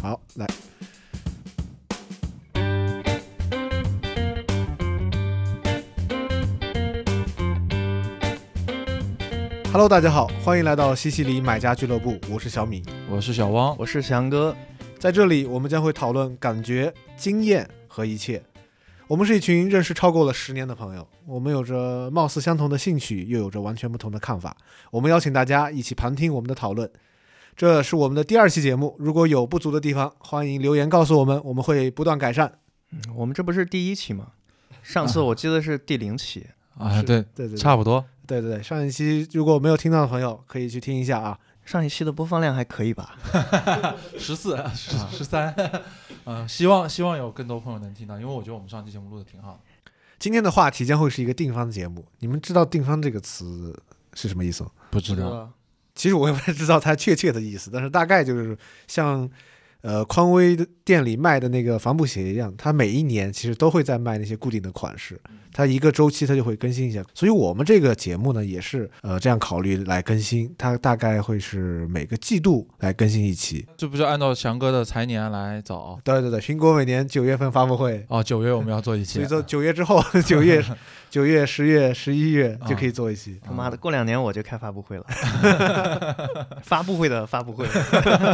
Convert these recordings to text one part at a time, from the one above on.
好，来，Hello，大家好，欢迎来到西西里买家俱乐部，我是小米。我是小汪，我是翔哥，在这里，我们将会讨论感觉、经验和一切。我们是一群认识超过了十年的朋友，我们有着貌似相同的兴趣，又有着完全不同的看法。我们邀请大家一起旁听我们的讨论。这是我们的第二期节目，如果有不足的地方，欢迎留言告诉我们，我们会不断改善。我们这不是第一期吗？上次我记得是第零期， 啊，是对，对对对差不多，对对对，上一期如果没有听到的朋友，可以去听一下啊。上一期的播放量还可以吧？十四、十十三，嗯，希望希望有更多朋友能听到，因为我觉得我们上期节目录的挺好的。今天的话题将会是一个定方节目，你们知道“定方”这个词是什么意思吗？不知不知，道其实我也不太知道它确切的意思，但是大概就是像呃匡威的店里卖的那个帆布鞋一样，它每一年其实都会在卖那些固定的款式，它一个周期它就会更新一下。所以我们这个节目呢，也是呃这样考虑来更新，它大概会是每个季度来更新一期。这不就按照翔哥的财年来找对对对，苹果每年九月份发布会。哦？九月我们要做一期，啊所以说九月之后， 九月、九月、十月、十一月就可以做一期。他妈的，过两年我就开发布 会了，发布会的发布会，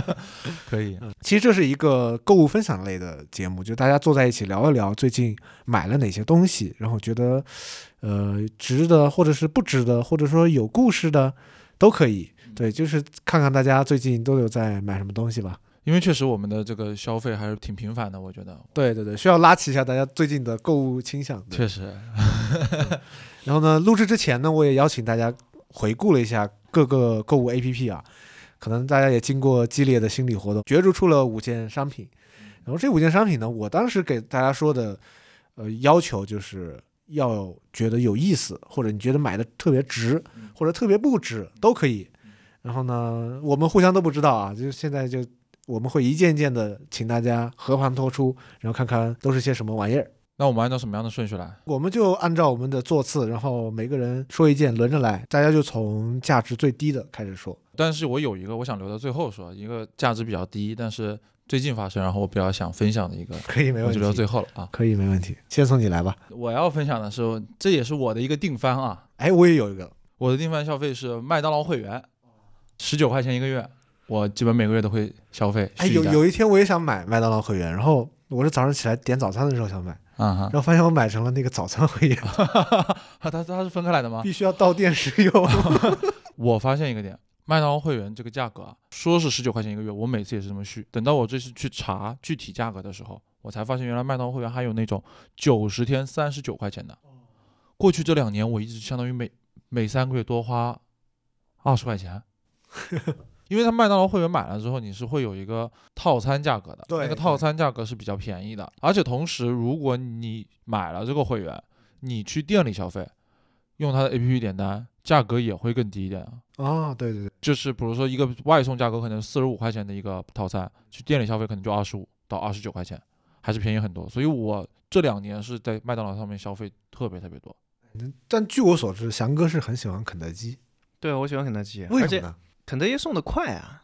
可以，其实这是一个购物分享类的节目，就大家坐在一起聊一聊最近买了哪些东西，然后觉得呃值得，或者是不值得，或者说有故事的都可以。对，就是看看大家最近都有在买什么东西吧。因为确实我们的这个消费还是挺频繁的，我觉得对对对，需要拉起一下大家最近的购物倾向。对确实，然后呢，录制之前呢，我也邀请大家回顾了一下各个购物 APP 啊，可能大家也经过激烈的心理活动，角逐出了五件商品。然后这五件商品呢，我当时给大家说的，呃，要求就是要觉得有意思，或者你觉得买的特别值，或者特别不值都可以。然后呢，我们互相都不知道啊，就是现在就我们会一件件的请大家和盘托出，然后看看都是些什么玩意儿。那我们按照什么样的顺序来？我们就按照我们的座次，然后每个人说一件，轮着来，大家就从价值最低的开始说。但是我有一个我想留到最后说，一个价值比较低，但是最近发生，然后我比较想分享的一个， 可以，没我问就留到题最。后了啊。可以，没问题。先从你来吧。我要分享的是，这也是我的一个定番啊，哎，我也有一个，我的订饭消费是麦当劳会员，十九块钱一个月，我基本每个月都会消费。哎，续有一单有一天我也想买麦当劳会员，然后我是早上起来点早餐的时候想买，啊哈然，后发现我买成了那个早餐会员，它它它是分开来的 吗？必须要到店使 用。我发现一个点，麦当劳会员这个价格啊，说是十九块钱一个月，我每次也是这么续。等到我这次去查具体价格的时候，我才发现原来麦当劳会员还有那种九十天三十九块钱的。哦过去这两年，我一直相当于每每三个月多花二十块钱。因为它麦当劳会员买了之后，你是会有一个套餐价格的，对那个对套餐价格是比较便宜的，而且同时，如果你买了这个会员，你去店里消费，用它的 APP 点单，价格也会更低一点啊。啊，对对对，就是比如说一个外送价格可能四十五块钱的一个套餐，去店里消费可能就二十五到二十九块钱，还是便宜很多。所以我这两年是在麦当劳上面消费特别特别多。但据我所知，翔哥是很喜欢肯德基，对我喜欢肯德基，为而什且么呢？肯德基送的快啊，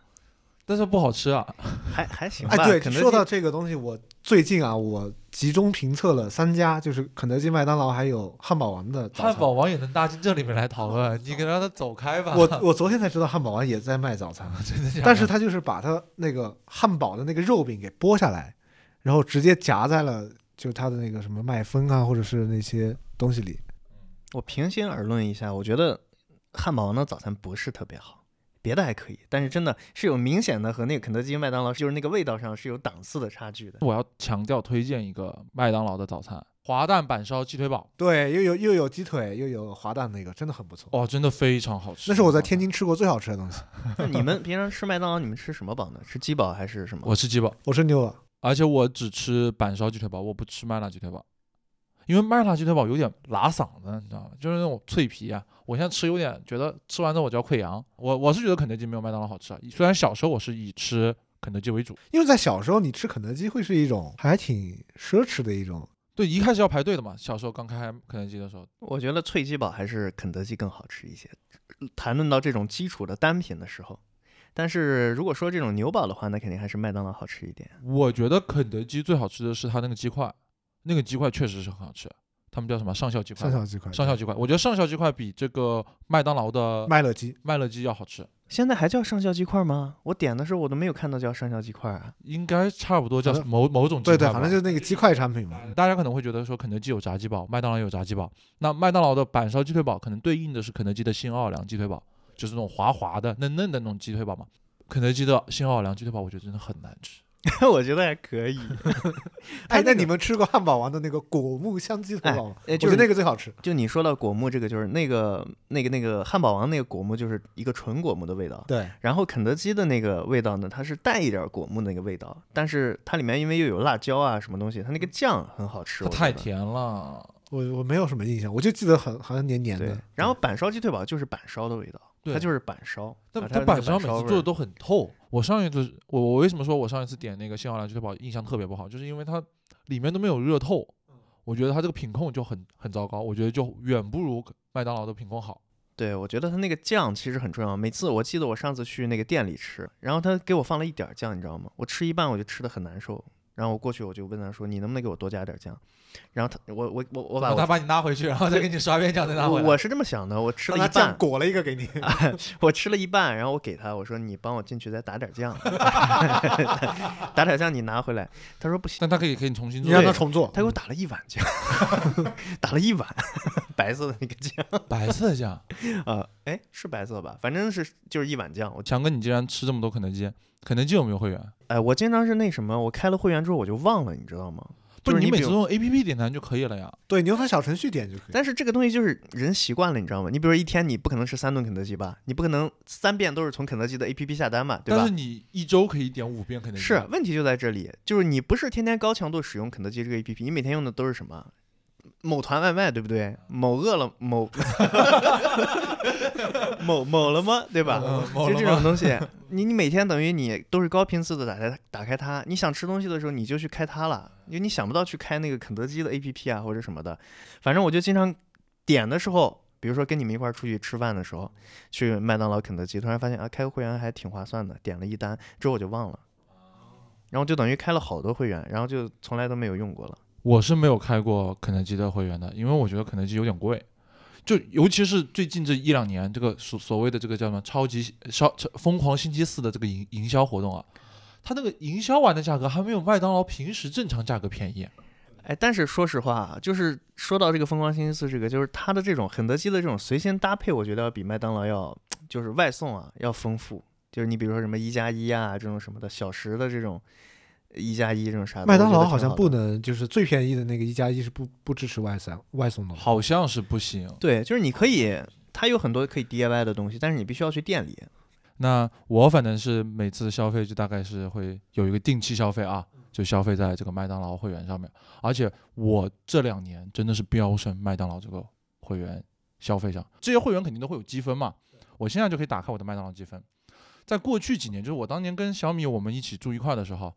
但是不好吃啊！还还行吧。哎，对，肯说到德基这个东西，我最近啊，我集中评测了三家，就是肯德基、麦当劳还有汉堡王的早餐。汉堡王也能搭进这里面来讨论，你给让他走开 吧。我我昨天才知道汉堡王也在卖早餐，真的假的但是他就是把他那个汉堡的那个肉饼给剥下来，然后直接夹在了就他的那个什么麦芬啊，或者是那些东西里。我平心而论一下，我觉得汉堡王的早餐不是特别好，别的还可以，但是真的是有明显的和那个肯德基、麦当劳就是那个味道上是有档次的差 距的。我要强调推荐一个麦当劳的早餐——滑蛋板烧鸡腿堡，对，又有又有鸡腿，又有滑蛋，那个真的很不哦错。哇，真的非常好吃。那是我在天津吃过最好吃的东西。那你们平常吃麦当劳，你们吃什么堡呢？吃鸡堡还是什么？我吃鸡堡，我吃牛了，而且我只吃板烧鸡腿堡，我不吃麦辣鸡腿堡，因为麦辣鸡腿堡有点拉嗓子，你知道吗？就是那种脆皮啊。我现在吃有点觉得吃完之后我就要溃疡。我我是觉得肯德基没有麦当劳好吃啊，虽然小时候我是以吃肯德基为主，因为在小时候你吃肯德基会是一种还挺奢侈的一种。对，一开始要排队的嘛。小时候刚开肯德基的时候，我觉得脆鸡堡还是肯德基更好吃一些。谈论到这种基础的单品的时候，但是如果说这种牛堡的话，那肯定还是麦当劳好吃一点。我觉得肯德基最好吃的是它那个鸡块，那个鸡块确实是很好吃。他们叫什么上校嗯鸡块上校吧？鸡块，上校鸡块，我觉得上校鸡块比这个麦当劳的麦乐鸡，麦乐鸡要好吃，现在还叫上校鸡块吗？我点的时候我都没有看到叫上校鸡块啊。 应该差不多叫反正某某种鸡嗯对块对，吧反正就是那个鸡块产品嘛。大家可能会觉得说，肯德基有炸鸡堡，麦当劳有炸鸡堡。那麦当劳的板烧鸡腿堡可能对应的是肯德基的新奥尔良鸡腿堡，就是那种滑滑的、嫩嫩的那种鸡腿堡嘛。肯德基的新奥尔良鸡腿堡，我觉得真的很难吃。我觉得还 可以。哎，那那个你们吃过汉堡王的那个果木香鸡腿堡吗？哎哎我就觉是得那个最好吃。就你说到果木这个，就是那个那个那个汉堡王那个果木，就是一个纯果木的味道。对，然后肯德基的那个味道呢，它是带一点果木的那个味道，但是它里面因为又有辣椒啊什么东西，它那个酱很好吃。它我觉太得。甜了，我我没有什么印象，我就记得很好像黏黏对的。，嗯然后板烧鸡腿堡就是板烧的味道，对它就是板烧。但把啊它那个板烧每味次儿做的都很透。我上一次，我我为什么说我上一次点那个新奥尔良鸡腿堡印象特别不好，就是因为它里面都没有热透，嗯我觉得它这个品控就很很糟糕，我觉得就远不如麦当劳的品控好。对，我觉得它那个酱其实很重要。每次我记得我上次去那个店里吃，然后他给我放了一点儿酱，你知道吗？我吃一半我就吃的很难受。然后我过去我就问他说：“你能不能给我多加点儿酱？”然后他我我我我把然后他我把你拉回去，然后再给你刷遍酱，再拿我回来。我是这么想的，我吃了让一它酱半，裹了一个给你，我吃了一半，然后我给他我说：“你帮我进去再打点儿酱， 打点儿酱你拿回来。”他说不行，但他可以给你重新 你做。让它重做。他给我打了一碗酱， 打了一碗 白色的那个酱白色酱。 啊，哎是白色吧？反正是就是一碗酱，我强哥，你竟然吃这么多肯德基，肯德基有没有会员？哎，我经常是那什么，我开了会员之后我就忘了，你知道吗？不就是你每比次如都用 A P P 点单就可以了呀。对，你用它小程序点就可以。但是这个东西就是人习惯了，你知道吗？你比如说一天你不可能吃三顿肯德基吧，你不可能三遍都是从肯德基的 APP 下单吧，对但吧是？你一周可以点五遍肯德基。是，问题就在这里，就是你不是天天高强度使用肯德基这个 APP，你每天用的都是什么？某团外卖对不对？某饿了某 某某了吗？对吧？嗯某其了实这吗种 东西，你你每天等于你都是高频次的打开打开它，你想吃东西的时候你就去开它了，因为你想不到去开那个肯德基的 APP 啊或者什么的。反正我就经常点的时候，比如说跟你们一块儿出去吃饭的时候，去麦当劳、肯德基，突然发现啊开个会员还挺划算的，点了一单之后我就忘了，然后就等于开了好多会员，然后就从来都没有用过了。我是没有开过肯德基的会员的，因为我觉得肯德基有点贵。就尤其是最近这一两年，这个所所谓的这个叫什么超级超超疯狂星期四的这个营营销活动啊，它那个营销完的价格还没有麦当劳平时正常价格便宜。哎，但是说实话，啊，就是说到这个疯狂星期四，这个就是它的这种肯德基的这种随心搭配，我觉得要比麦当劳要就是外送啊要丰富。就是你比如说什么一加一啊这种什么的，小时的这种一加一这种啥的，麦当我觉劳得好挺像的不能，就是最便宜的那个一加一是不不支持外送外送的。好像是不行。对，就是你可以，它有很多可以 DIY 的东西，但是你必须要去店里。那我反正是每次消费就大概是会有一个定期消费啊，就消费在这个麦当劳会员上面。而且我这两年真的是飙升麦当劳这个会员消费上，这些会员肯定都会有积分嘛，我现在就可以打开我的麦当劳积分。在过去几年，就是我当年跟小米我们一起住一块的时候，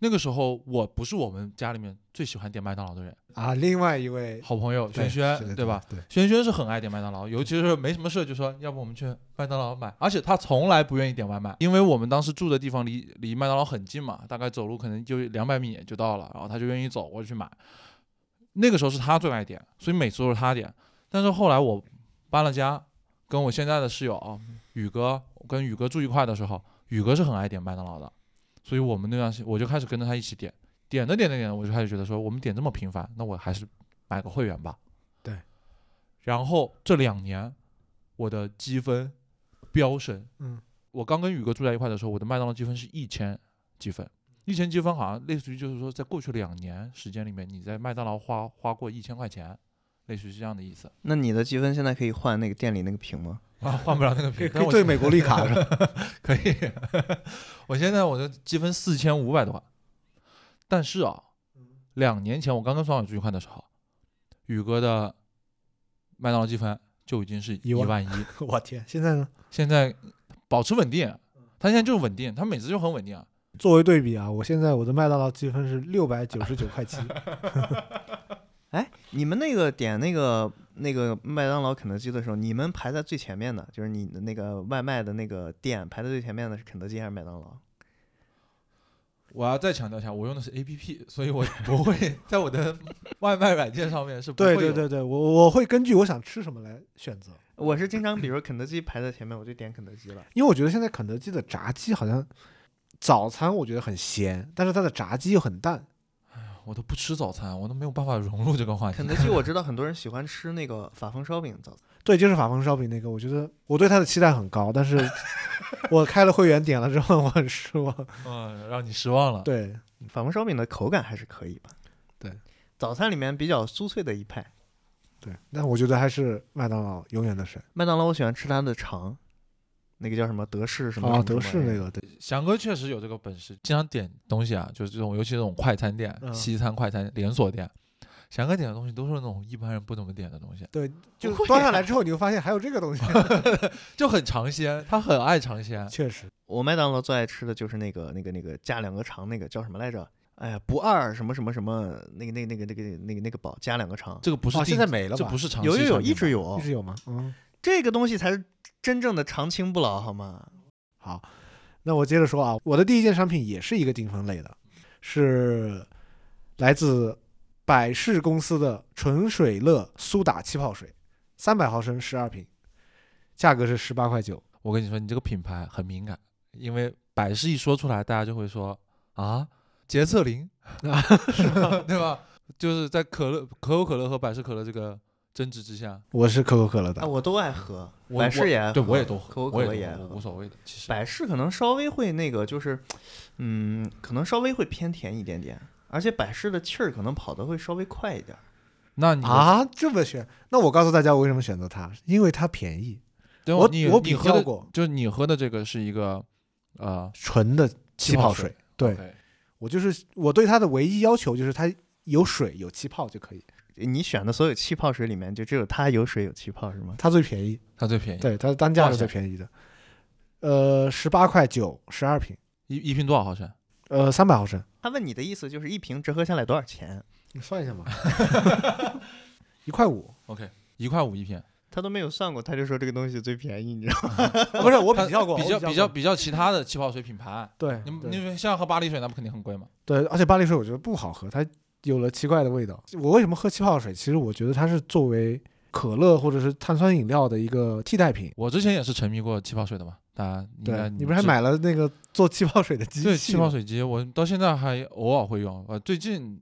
那个时候我不是我们家里面最喜欢点麦当劳的人，啊，另外一位好朋友轩是轩，的对吧？？对，轩轩是很爱点麦当劳，尤其是没什么事就说，要不我们去麦当劳买。而且他从来不愿意点外卖，因为我们当时住的地方离离麦当劳很近嘛，大概走路可能就两百米就到了，然后他就愿意走过去买。那个时候是他最爱点，所以每次都是他点。但是后来我搬了家，跟我现在的室友啊宇哥，我跟宇哥住一块的时候，宇哥是很爱点麦当劳的，所以我们那段时我就开始跟着他一起点，点着点着点着，我就开始觉得说，我们点这么频繁，那我还是买个会员吧。对。然后这两年，我的积分飙升。嗯，我刚跟宇哥住在一块的时候，我的麦当劳积分是一千积分，一千积分好像类似于就是说，在过去两年时间里面，你在麦当劳花花过一千块钱，类似于是这样的意思。那你的积分现在可以换那个店里那个屏吗？ 啊，换不了那个可以可屏，但以我兑美国绿卡是吧？ 可以。我现在我的积分四千五百多万，但是啊，两年前我刚跟双小聚会的时候，宇哥的麦当劳积分就已经是一一万万一，我天，现在呢？现在保持稳定，啊他现在就是稳定，他每次就很稳定啊。作为对比啊，我现在我的麦当劳积分是六百九十九块七，哎，你们那个点那个那个麦当劳、肯德基的时候，你们排在最前面的，就是你的那个外卖的那个店排在最前面的是肯德基还是麦当劳？我要再强调一下，我用的是 A P P，所以我不会在我的外卖软件上面是不会对有对对对，我我会根据我想吃什么来选择，我是经常，比如说肯德基排在前面，我就点肯德基 了。因为我觉得现在肯德基的炸鸡好像早餐我觉得很咸，但是它的炸鸡又很淡。我都不吃早餐，我都没有办法融入这个话题肯。德基我知道很多人喜欢吃那个法风烧饼早餐，对，就是法风烧饼那个，我觉得我对它的期待很高，但是 我开了会员点了之后，我很失望。嗯，让你失望了。对，法风烧饼的口感还是可以吧？对，早餐里面比较酥脆的一派。对，但我觉得还是麦当劳永远的神麦当劳我喜欢吃它的肠，那个叫什么哦德式什么啊，什么德什式么玩意那儿个对，翔哥确实有这个本事，经常点东西啊，就是这种，尤其这种快餐店、嗯西餐快餐连锁店，翔哥点的东西都是那种一般人不怎么点的东西，就不会端上啊来之后，你会发现还有这个东 西。就很尝鲜，他很爱尝鲜。确实，我麦当劳最爱吃的就是那个那个那个加两个肠那个叫什么来着？哎呀，不二什么什么什么那个那个那个那个那个那个那个堡加两个肠，这个不是哦，定现在没了这吧不？是长期有有有，产品一直吧一有，直有吗？嗯，这个东西才是真正的长青不老，好吗？好，那我接着说啊，我的第一件商品也是一个顶峰类的，是来自百事公司的纯水乐苏打气泡水，三百毫升，十二瓶，价格是十八块九。我跟你说，你这个品牌很敏感，因为百事一说出来，大家就会说啊，洁厕 灵， 是吧？对吧？就是在可乐、可口可乐和百事可乐这个争执之下，我是可口可乐的啊，，我都爱喝，我百事也爱对嗯喝我也都喝，可口我可乐也也都爱喝喝无所谓的。其实百事可能稍微会那个，就是，嗯，可能稍微会偏甜一点点，而且百事的气儿可能跑得会稍微快一点儿。那你，啊，这么选？那我告诉大家我为什么选择它，因为它便宜。对啊我你我你比喝较的，过就是你喝的这个是一个呃纯的气泡水，对 OK 我就是我对它的唯一要求就是它有水有气泡就可以，你选的所有气泡水里面，就只有它有水有气泡是吗？它最便宜，它最便宜，对，它的单价哇是最塞便宜的，呃，十八块九，十二瓶，一一瓶多少毫升？呃，三百毫升，他问你的意思就是一瓶折合下来多少钱？你算一下嘛， 一块 五， OK，一块五一瓶，他都没有算过，他就说这个东西最便宜，你知道吗？啊不是我它比较过，比我较比比较过比较其他的气泡水品牌，对你们对你们像喝巴黎水，那不肯定很贵嘛？对，而且巴黎水我觉得不好喝，它有了奇怪的味道。我为什么喝气泡水？其实我觉得它是作为可乐或者是碳酸饮料的一个替代品。我之前也是沉迷过气泡水的嘛，大家应该对，你不是还知买了那个做气泡水的机器吗？对气泡水机，我到现在还偶尔会用，呃，最近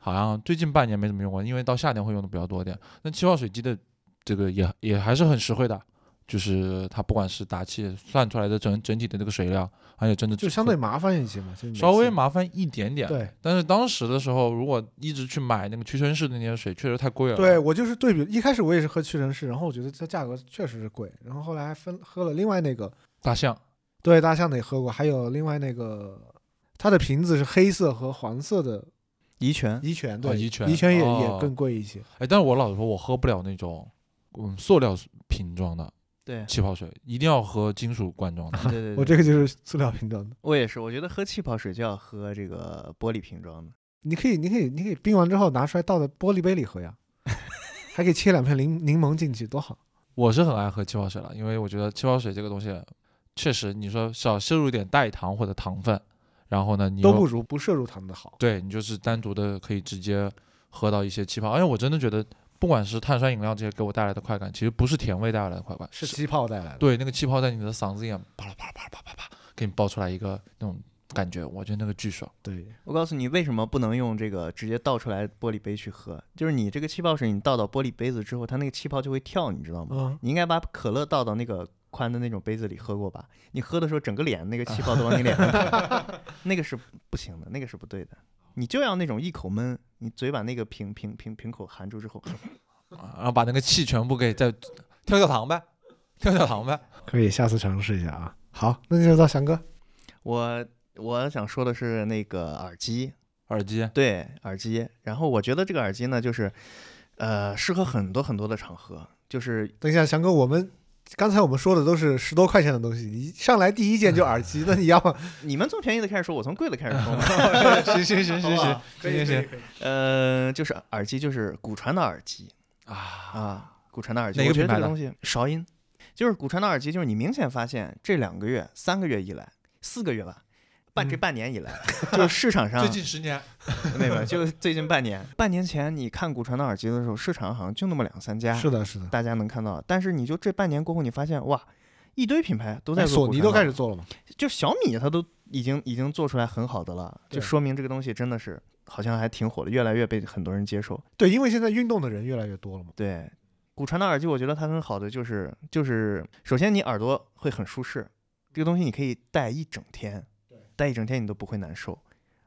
好像最近半年没怎么用过，因为到夏天会用的比较多一点。那气泡水机的这个也也还是很实惠的，就是它不管是打气算出来的整整体的这个水量，而且真的就相对麻烦一些嘛，就每次稍微麻烦一点点。对。但是当时的时候，如果一直去买那个屈臣氏的那些水，确实太贵了。对，我就是对比，一开始我也是喝屈臣氏，然后我觉得它价格确实是贵，然后后来还分喝了另外那个，大象对，大象的也喝过，还有另外那个，它的瓶子是黑色和黄色的怡嗯泉， 怡泉，对，怡泉怡泉也、啊哦也更贵一些，哎，但是我老实说，我喝不了那种嗯塑料瓶装的对气泡水，一定要喝金属罐装的。对对 对，我这个就是塑料瓶装的。我也是，我觉得喝气泡水就要喝这个玻璃瓶装的。你可以，你可以，你可以冰完之后拿出来倒在玻璃杯里喝呀，还可以切两片柠柠檬进去，多好。我是很爱喝气泡水了，因为我觉得气泡水这个东西，确实你说少摄入一点代糖或者糖分，然后呢，你都又不如不摄入糖的好。对你就是单独的可以直接喝到一些气泡，而且我真的觉得，不管是碳酸饮料这些给我带来的快感，其实不是甜味带来的快感，是气泡带来的，对那个气泡在你的嗓子眼啪啦啪啦啪啦啪啦啪啦啪啦给你爆出来一个那种感觉，我觉得那个巨爽。对，我告诉你为什么不能用这个直接倒出来玻璃杯去喝，就是你这个气泡水你倒到玻璃杯子之后，它那个气泡就会跳，你知道吗？嗯，你应该把可乐倒到那个宽的那种杯子里喝过吧？你喝的时候整个脸那个气泡都往你脸上喷， 那个是不行的，那个是不对的。你就要那种一口闷，你嘴把那个瓶瓶瓶瓶口含住之后，啊然后把那个气全部给再跳跳糖呗，跳跳糖呗。可以下次尝试一下啊。好，那就到翔哥。我我想说的是那个耳机，耳机对耳机。然后我觉得这个耳机呢，就是呃适合很多很多的场合，就是等一下，翔哥，我们刚才我们说的都是十多块钱的东西，你上来第一件就耳机，那你要 吗？你们从便宜的开始说，我从贵的开始 说嘛。 行行行行行可以行行可以。呃，就是耳机，就是骨传的耳机啊，啊。骨传导耳机，哪个我觉得品牌这的个东西韶音，就是骨传导耳机，就是你明显发现这两个月、三个月以来、四个月吧，半这嗯半年以来，就是市场上最近十年，没有，没有就最近半年，半年前你看骨传导耳机的时候，市场好像就那么两三家，是的，是的，大家能看到，但是你就这半年过后，你发现哇，一堆品牌都在哎做索骨尼传导，都开始做了嘛？就小米它都已经已经做出来很好的了，就对说明这个东西真的是好像还挺火的，越来越被很多人接受。对，因为现在运动的人越来越多了嘛。对，骨传导耳机，我觉得它很好的就是就是，首先你耳朵会很舒适，这个东西你可以戴一整天，戴一整天你都不会难受。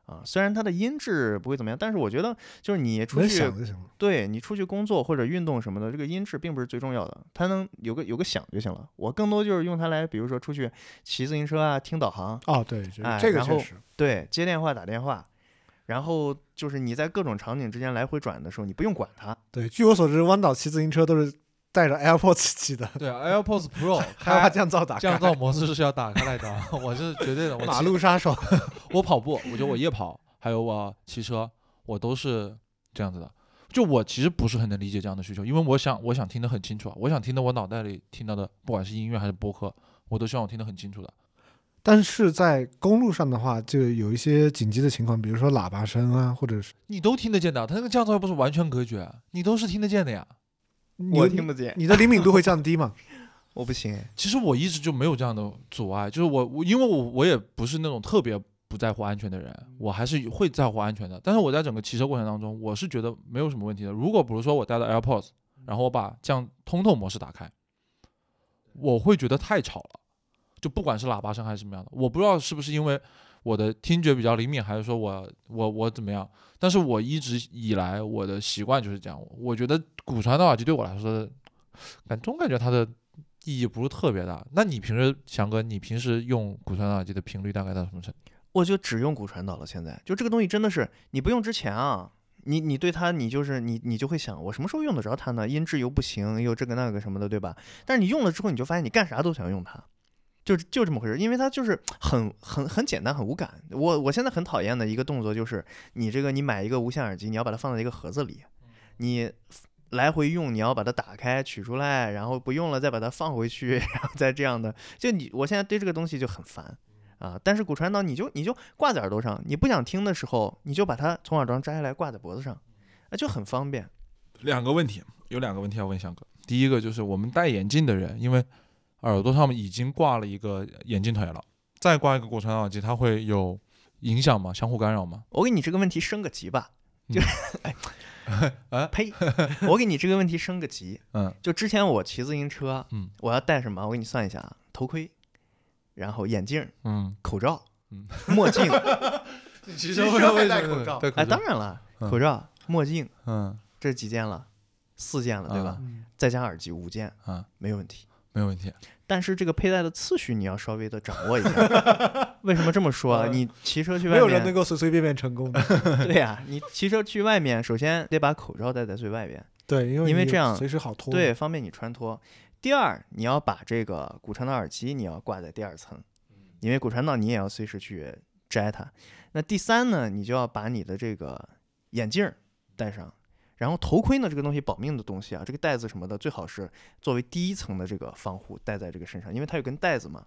啊，虽然它的音质不会怎么样，但是我觉得就是你出能去想就行了。对你出去工作或者运动什么的，这个音质并不是最重要的，它能有个有个响就行了。我更多就是用它来，比如说出去骑自行车啊，听导航，哦，对，这哎这个然确后实，对，接电话打电话，然后就是你在各种场景之间来回转的时候，你不用管它。对。据我所知，弯岛骑自行车都是带着 AirPods 骑的， 对啊 AirPods Pro 害怕开降噪打降开。噪模式是要打开来的， 我是绝对的。我马骑路杀手， 我跑步，我觉得我夜跑，还有我骑车，我都是这样子的。就我其实不是很能理解这样的需求，因为我想我想听得很清楚啊，我想听得我脑袋里听到的，不管是音乐还是播客，我都希望我听得很清楚的。但是在公路上的话，就有一些紧急的情况，比如说喇叭声啊，或者是你都听得见的，它那个降噪又不是完全隔绝，啊你都是听得见的呀。你我听不见，你的灵敏度会降低嘛？我不行。其实我一直就没有这样的阻碍，就是我我因为我我也不是那种特别不在乎安全的人，我还是会在乎安全的。但是我在整个骑车过程当中，我是觉得没有什么问题的。如果比如说我带了 AirPods，然后我把降通透模式打开，我会觉得太吵了，就不管是喇叭声还是什么样的，我不知道是不是因为我的听觉比较灵敏，还是说我我我怎么样？但是我一直以来我的习惯就是这样，我觉得骨传导耳机对我来说，感总感觉它的意义不是特别大。那你平时翔哥，你平时用骨传导耳机的频率大概到什么程度？我就只用骨传导了。现在就这个东西真的是，你不用之前啊，你你对它，你就是你你就会想，我什么时候用得着它呢？音质又不行，又这个那个什么的，对吧？但是你用了之后，你就发现你干啥都想用它，就就这么回事。因为它就是很很很简单，很无感。我我现在很讨厌的一个动作就是，你这个你买一个无线耳机，你要把它放在一个盒子里，你。来回用，你要把它打开取出来，然后不用了再把它放回去， 然后再这样的，就你我现在对这个东西就很烦，啊，但是骨传导你就你就挂在耳朵上，你不想听的时候，你就把它从耳朵上摘下来挂在脖子上，啊，就很方便。两个问题，有两个问题要问翔哥。第一个就是我们戴眼镜的人，因为耳朵上面已经挂了一个眼镜腿了，再挂一个骨传导耳机，它会有影响吗？相互干扰吗？我给你这个问题升个级吧，就、 啊哎，呸，我给你这个问题升个级，嗯，就之前我骑自行车，嗯，我要戴什么？我给你算一下啊，头盔，然后眼镜、嗯，口罩、嗯、墨镜，骑车为什么戴口罩戴口哎，罩当，然了，嗯口罩、墨镜，嗯，这几件了，四件了，对吧？再加耳机五件，啊，没有问题。没有问题。但是这个佩戴的次序你要稍微的掌握一下。 为什么这么说啊？你骑车去没外有人能面，够随随便便成功 的。对呀、你骑车去外面，首先得把口罩戴在最外边，对，因为因为你这样随时好脱。对，，方便你穿脱。第二，你要把这个骨传导耳机你要挂在第二层，因为骨传导你也要随时去摘它。那第三呢，你就要把你的这个眼镜儿戴上，然后头盔呢这个东西保命的东西啊，这个带子什么的最好是作为第一层的这个防护戴在这个身上，因为它有根带子嘛。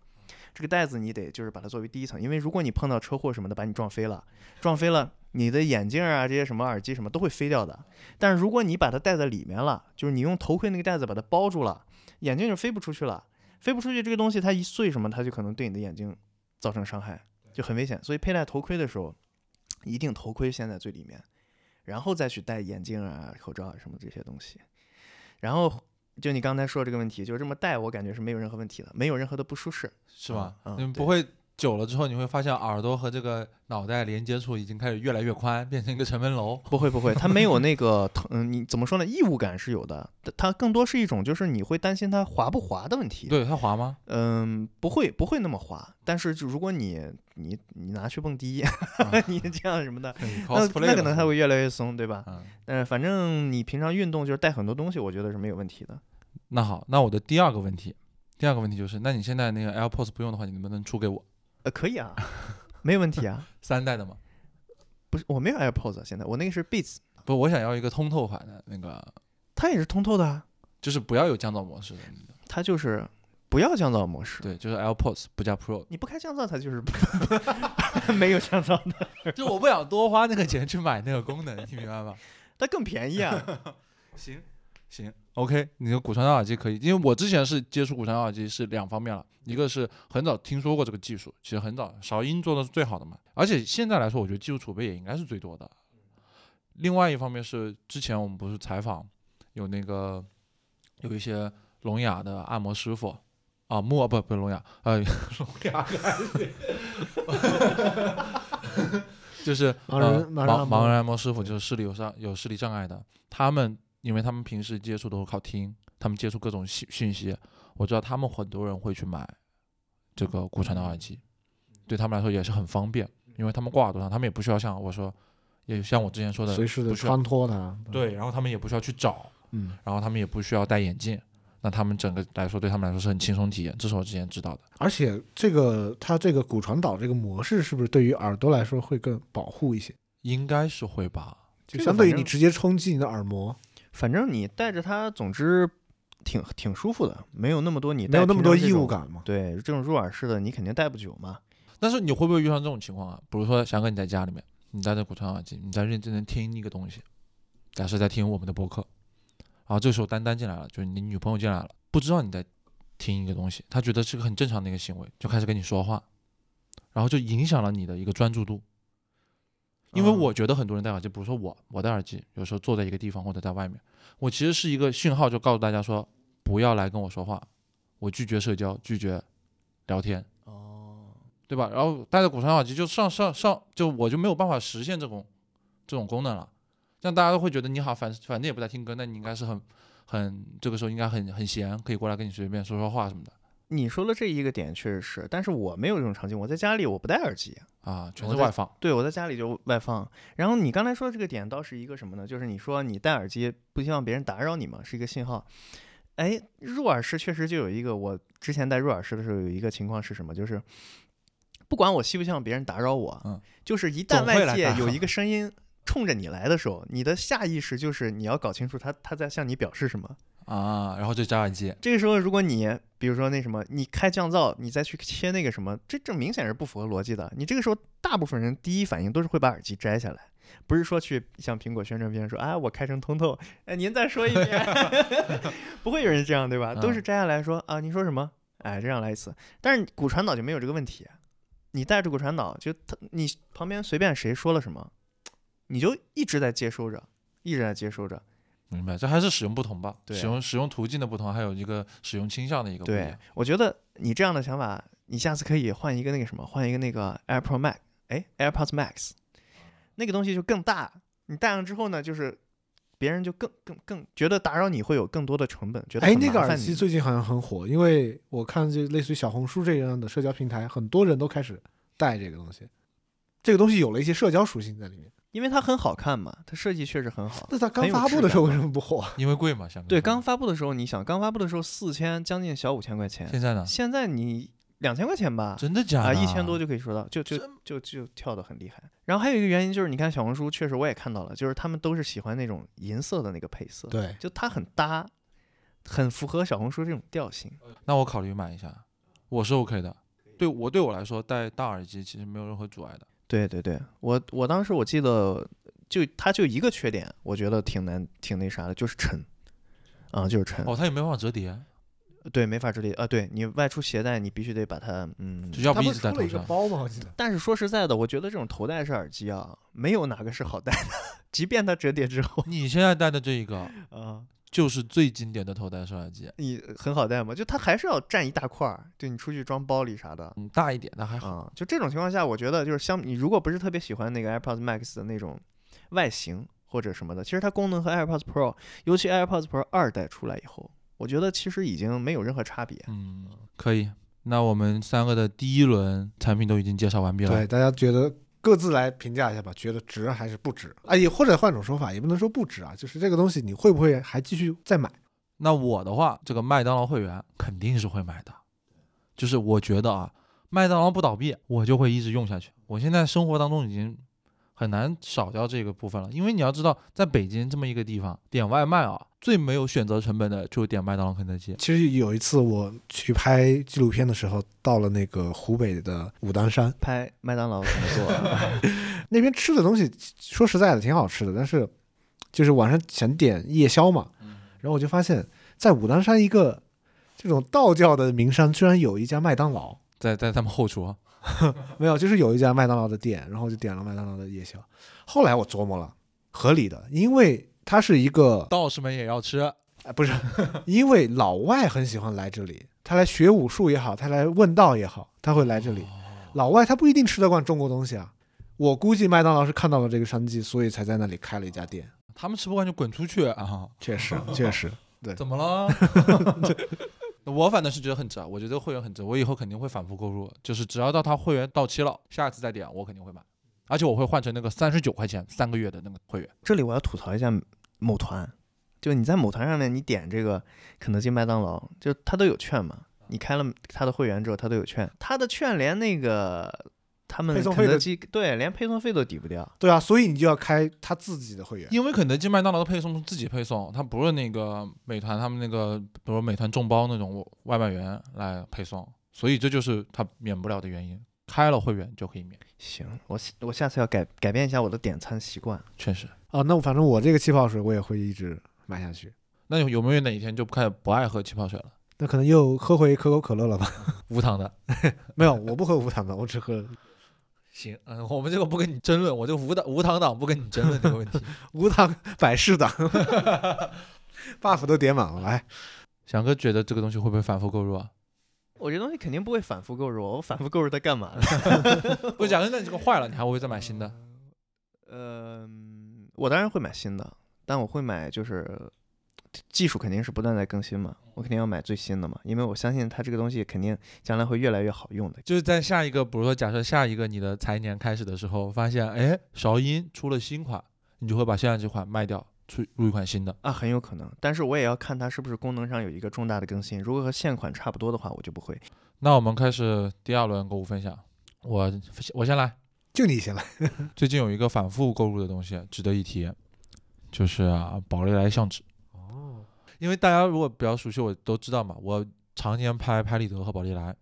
这个带子你得就是把它作为第一层，因为如果你碰到车祸什么的把你撞飞了，撞飞了你的眼镜儿啊这些什么耳机什么都会飞掉的。但是如果你把它戴在里面了，就是你用头盔那个带子把它包住了，眼镜就飞不出去了。飞不出去这个东西，它一碎什么，它就可能对你的眼睛造成伤害，就很危险。所以佩戴头盔的时候，一定头盔先在最里面，然后再去戴眼镜啊、口罩啊什么这些东西。然后就你刚才说这个问题，就是这么戴，我感觉是没有任何问题的，没有任何的不舒适。是吧？嗯嗯你们对不会久了之后，你会发现耳朵和这个脑袋连接处已经开始越来越宽，变成一个城门楼。不会不会，它没有那个疼，嗯，你怎么说呢？异物感是有的，它它更多是一种就是你会担心它滑不滑的问题。对，它滑吗？嗯，不会不会那么滑，但是就如果你你你拿去蹦迪，啊 你这样什么的，嗯那 cosplay 那了可能是它吧会越来越松，对吧？嗯，嗯，反正你平常运动就是带很多东西，我觉得是没有问题的。那好，那我的第二个问题，第二个问题就是，那你现在那个 AirPods 不用的话，你能不能出给我呃，可 以啊，没有问题啊。三代的嘛？不是，我没有 AirPods，啊现在我那个是 Beats，不，我想要一个通透款的那个。它也是通透的啊。就是不要有降噪模式的，它就是不要降噪模式。对，就是 AirPods 不加 Pro。你不开降噪，它就是 没有降噪的，就我不想多花那个钱去买那个功能，你明白吗？它更便宜啊。 行行，OK，你的骨传导耳机可以，因为我之前是接触骨传导耳机是两方面了，一个是很早听说过这个技术，其实很早韶音做的是最好的嘛，而且现在来说，我觉得技术储备也应该是最多的。另外一方面是之前我们不是采访有那个有一些聋哑的按摩师傅啊，木不不是聋哑，呃， 聋哑 就是盲呃人盲人盲按盲摩人按摩师傅，就是视力有障有视力障碍的，他们因为他们平时接触都是靠听，他们接触各种信讯息，我知道他们很多人会去买这个骨传导嗯耳机，对他们来说也是很方便，因为他们挂耳朵上，他们也不需要像我说，也像我之前说的随时的不需要穿脱它。对，然后他们也不需要去找，嗯，然后他们也不需要戴眼镜，那他们整个来说对他们来说是很轻松体验，这是我之前知道的。而且这个它这个骨传导这个模式是不是对于耳朵来说会更保护一些？应该是会吧？就这个相对于反你正直接冲击你的耳膜，反正你带着它，总之挺挺舒服的，没有那么多你没有带那么平多常这异种物。感嘛？对，这种入耳式的你肯定戴不久嘛。但是你会不会遇上这种情况啊？比如说，翔哥你在家里面，你戴着骨传耳机，啊你在认真的听一个东西，假设在听我们的播客，然后这时候丹丹进来了，就是你女朋友进来了，不知道你在听一个东西，她觉得是个很正常的一个行为，就开始跟你说话，然后就影响了你的一个专注度。因为嗯我觉得很多人戴耳机，比如说我，我戴耳机，有时候坐在一个地方或者在外面，我其实是一个讯号，就告诉大家说不要来跟我说话，我拒绝社交，拒绝聊天，哦，对吧？然后戴着骨传导耳机就上上上，就我就没有办法实现这种这种功能了，这样大家都会觉得你好，反反正也不在听歌，那你应该是很很这个时候应该很很闲，可以过来跟你随便说说话什么的你说的这一个点确实是，但是我没有这种场景，我在家里我不戴耳机。啊，全我是在外放。对，我在家里就外放。然后你刚才说的这个点倒是一个什么呢？就是你说你戴耳机不希望别人打扰你嘛，是一个信号。哎，入耳式确实就有一个，我之前戴入耳式的时候有一个情况是什么？就是不管我希不希望别人打扰我，嗯就是一总旦会外来界打有扰一个声音冲着你来的时候，你的下意识就是你要搞清楚他他在向你表示什么。啊，然后就加耳机，这个时候，如果你比如说那什么，你开降噪，你再去切那个什么，这这明显是不符合逻辑的。你这个时候，大部分人第一反应都是会把耳机摘下来，不是说去向苹果宣传片说，哎，我开成通透，哎，您再说一遍，不会有人这样对吧？嗯都是摘下来说啊，你说什么？哎，这样来一次。但是骨传导就没有这个问题，你带着骨传导，就他你旁边随便谁说了什么，你就一直在接收着，一直在接收着。明白？这还是使用不同吧，对使用使用途径的不同，还有一个使用倾向的一个不一对样。，我觉得你这样的想法，你下次可以换一个那个什么，换一个那个 AirPod Max，哎，AirPods Max，那个东西就更大。你戴上之后呢，就是别人就更更更觉得打扰你会有更多的成本，觉得哎，很那个麻耳烦机你最近好像很火，因为我看就类似于小红书这样的社交平台，很多人都开始戴这个东西。这个东西有了一些社交属性在里面。因为它很好看嘛，它设计确实很好。那它刚哦很有发质布的时候为感啊什么不火？啊因为贵嘛，相对，刚发布的时候，你想刚发布的时候四千，将近小五千块钱，现在呢？现在你两千块钱吧，真的假的？啊，一千多就可以收到，就就真就就跳得很厉害。然后还有一个原因就是，你看小红书，确实我也看到了，就是他们都是喜欢那种银色的那个配色，对，就它很搭，很符合小红书这种调性。那我考虑买一下，我是 OK 的。对我对我来说，戴大耳机其实没有任何阻碍的。对对对，我我当时我记得就它就一个缺点，我觉得挺难挺那啥的，就是沉，啊、就是沉。哦，它也没办法折叠，对，没法直立啊，对你外出携带，你必须得把它嗯。就要它不一不直是戴出了头一个上。包吗？我记得。但是说实在的，我觉得这种头戴式耳机啊，没有哪个是好戴的， 即便它折叠之后 你现在戴的这一个啊。就是最经典的头戴式耳机，你很好带吗？就它还是要占一大块儿，就你出去装包里啥的嗯，大一点的还好。啊、就这种情况下，我觉得就是相你如果不是特别喜欢那个 AirPods Max 的那种外形或者什么的，其实它功能和 AirPods Pro，尤其 AirPods Pro 二代出来以后，我觉得其实已经没有任何差别。嗯，可以。那我们三个的第一轮产品都已经介绍完毕了。对，，大家觉得各自来评价一下吧，觉得值还是不值？啊，也或者换种说法，也不能说不值啊，就是这个东西你会不会还继续再买？那我的话，这个麦当劳会员肯定是会买的。就是我觉得啊，麦当劳不倒闭，我就会一直用下去。我现在生活当中已经很难少掉这个部分了。因为你要知道，在北京这么一个地方，点外卖啊，最没有选择成本的就是点麦当劳、肯德基。其实有一次我去拍纪录片的时候，到了那个湖北的武当山，拍麦当劳怎么做啊？那边吃的东西，说实在的挺好吃的，但是就是晚上想点夜宵嘛，然后我就发现，在武当山一个这种道教的名山，居然有一家麦当劳，在在他们后厨啊，没有，就是有一家麦当劳的店，然后就点了麦当劳的夜宵。后来我琢磨了，合理的，因为它是一个，道士们也要吃。哎，不是， 因为老外很喜欢来这里，他来学武术也好，他来问道也好，他会来这里。老外他不一定吃得惯中国东西啊。我估计麦当劳是看到了这个商机，所以才在那里开了一家店。他们吃不惯就滚出去啊！确 实，确实，怎么了？ 我反正是觉得很值啊，我觉得会员很值，我以后肯定会反复购入，就是只要到他会员到期了，下一次再点我肯定会买，而且我会换成那个三十九块钱三个月的那个会员。这里我要吐槽一下某团，就你在某团上面你点这个肯德基、麦当劳，就它都有券嘛。你开了它的会员之后，它都有券，它的券连那个他们配送肯费德都基对连配送费都抵不掉。对啊，所以你就要开他自己的会员。因为肯德基、麦当劳的配送是自己配送，它不是那个美团他们那个，比如美团众包那种外卖员来配送，所以这就是它免不了的原因。开了会员就可以免，行，我下我下次要改改变一下我的点餐习惯。确实。啊，那我反正我这个气泡水我也会一直买下去。那有没有哪一天就开始不爱喝气泡水了？那可能又喝回可口可乐了吧？ 无糖的。没有，我不喝无糖的，我只喝行，嗯，我们这个不跟你争论，我这个无糖无糖党不跟你争论这个问题。无糖百事党，buff 都点满了，来， 翔哥觉得这个东西会不会反复购入啊？我这东西肯定不会反复购入，我反复购入它干嘛呢？ 不是，翔哥，那你这个坏了，你还会再买新的？嗯、我当然会买新的，但我会买就是技术肯定是不断在更新嘛，我肯定要买最新的嘛，因为我相信它这个东西肯定将来会越来越好用的。就是在下一个，比如说假设下一个你的财年开始的时候，发现哎韶音出了新款，你就会把现在这款卖掉，出入一款新的。啊，很有可能，但是我也要看它是不是功能上有一个重大的更新。如果和现款差不多的话，我就不会。 那我们开始第二轮购物分享，我我先来。就你先来。最近有一个反复购入的东西值得一提，就是、啊、宝丽来相纸。哦，因为大家如果比较熟悉我都知道嘛，我常年拍拍立得和宝丽来。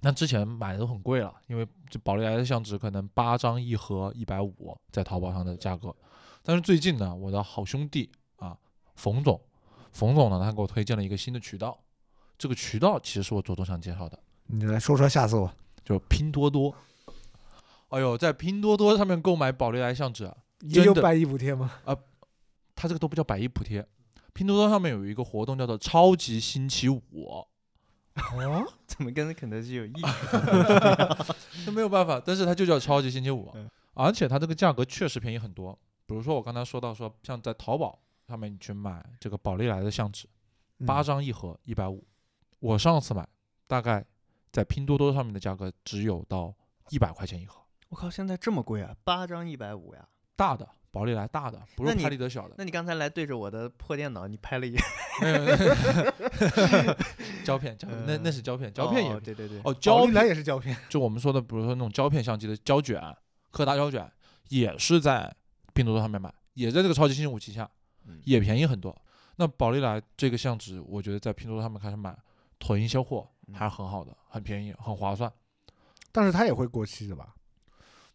那之前买的都很贵了，因为这宝丽来的相纸可能八张一盒一百五，在淘宝上的价格。但是最近呢，我的好兄弟啊，冯总，冯总呢，他给我推荐了一个新的渠道，这个渠道其实是我着重想介绍的，你来说说，吓死我！就是拼多多。哎呦，在拼多多上面购买宝丽来相纸啊，也有真的百亿补贴吗？它这个都不叫百亿补贴，拼多多上面有一个活动叫做超级星期五，哦，怎么跟肯德基有异？那没有办法，但是它就叫超级星期五嗯，而且它这个价格确实便宜很多。比如说我刚才说到说，像在淘宝上面你去买这个宝丽来的相纸，嗯嗯八张一盒一百五，我上次买大概在拼多多上面的价格只有到一百块钱一盒， 我靠，现在这么贵啊！八张一百五呀！大的宝丽来大的，不那是你拍立得小的那，你刚才来对着我的破电脑，你拍了一没 有没有没有 胶片胶片，那嗯那是胶片，胶片也哦对对对，哦胶胶原来也是胶片，就我们说的，比如说那种胶片相机的胶卷、柯达胶卷，也是在拼多多上面买，也在这个超级星期五旗下，嗯也便宜很多。那宝丽来这个相纸，我觉得在拼多多上面开始买，囤一些货嗯还是很好的，很便宜，很划算。但是它也会过期的吧？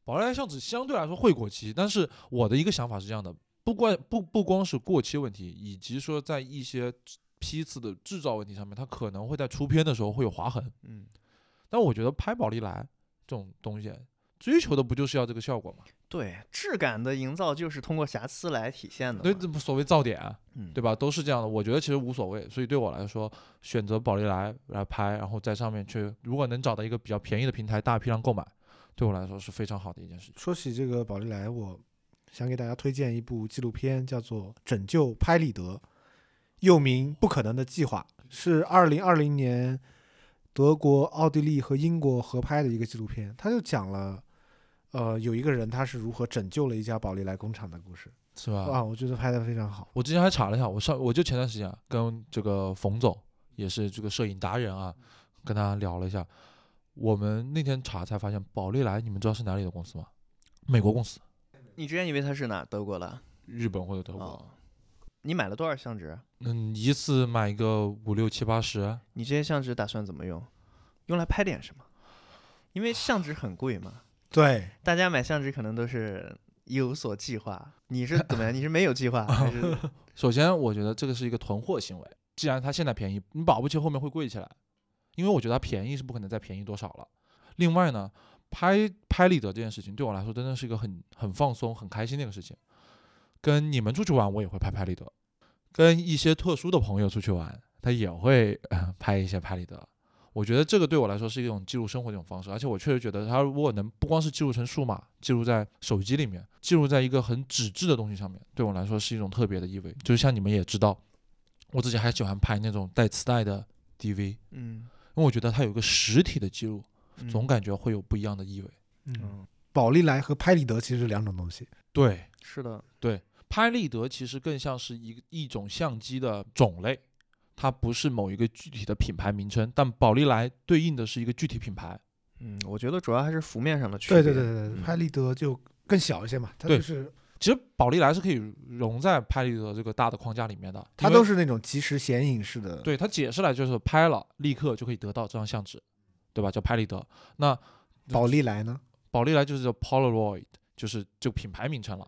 宝丽来相纸相对来说会过期，但是我的一个想法是这样的：不光不不光是过期问题，以及说在一些批次的制造问题上面，它可能会在出片的时候会有划痕。嗯，但我觉得拍宝丽来这种东西，追求的不就是要这个效果吗？对，质感的营造就是通过瑕疵来体现的。对，这，不所谓噪点啊，嗯，对吧？都是这样的，我觉得其实无所谓。所以对我来说，选择宝丽来来拍，然后在上面去，如果能找到一个比较便宜的平台，大批量购买，对我来说是非常好的一件事情。说起这个宝丽来，我想给大家推荐一部纪录片，叫做《拯救拍立得》，又名《不可能的计划》，是二零二零年德国、奥地利和英国合拍的一个纪录片。它就讲了，呃，有一个人他是如何拯救了一家宝丽来工厂的故事。是吧？哇，我觉得拍的非常好。我之前还查了一下，我上我就前段时间啊跟这个冯总，也是这个摄影达人啊，跟他聊了一下。我们那天查才发现，宝丽来你们知道是哪里的公司吗？美国公司。你之前以为它是哪德国的？日本或者德国，哦，你买了多少相纸？啊嗯，一次买个五六七八十，你这些相纸打算怎么用？用来拍点什么？因为相纸很贵嘛，对，大家买相纸可能都是有所计划。你是怎么 样？你是没有计划，还是首先，我觉得这个是一个囤货行为。既然它现在便宜，你保不齐后面会贵起来，因为我觉得它便宜是不可能再便宜多少了。另外呢，拍拍立得这件事情对我来说真的是一个很很放松、很开心的一个事情。跟你们出去玩，我也会拍拍立得；跟一些特殊的朋友出去玩，他也会、呃拍一些拍立得。我觉得这个对我来说是一种记录生活的一种方式，而且我确实觉得它如果能不光是记录成数码，记录在手机里面，记录在一个很纸质的东西上面，对我来说是一种特别的意味。就像你们也知道，我自己还喜欢拍那种带磁带的 DV，因嗯，为我觉得它有一个实体的记录，嗯总感觉会有不一样的意味。嗯，嗯，宝丽来和拍立得其实是两种东西，对，是的，拍立得其实更像是一一种相机的种类，它不是某一个具体的品牌名称，但宝丽来对应的是一个具体品牌。嗯，我觉得主要还是幅面上的区别。对对对对对，嗯拍立得就更小一些嘛，它对就是其实宝丽来是可以融在拍立得这个大的框架里面的，它因为都是那种即时显影式的，对他解释来就是拍了立刻就可以得到这张相纸，对吧？叫拍立得。那宝丽来呢，宝丽来就是叫 Polaroid，就是这个品牌名称了。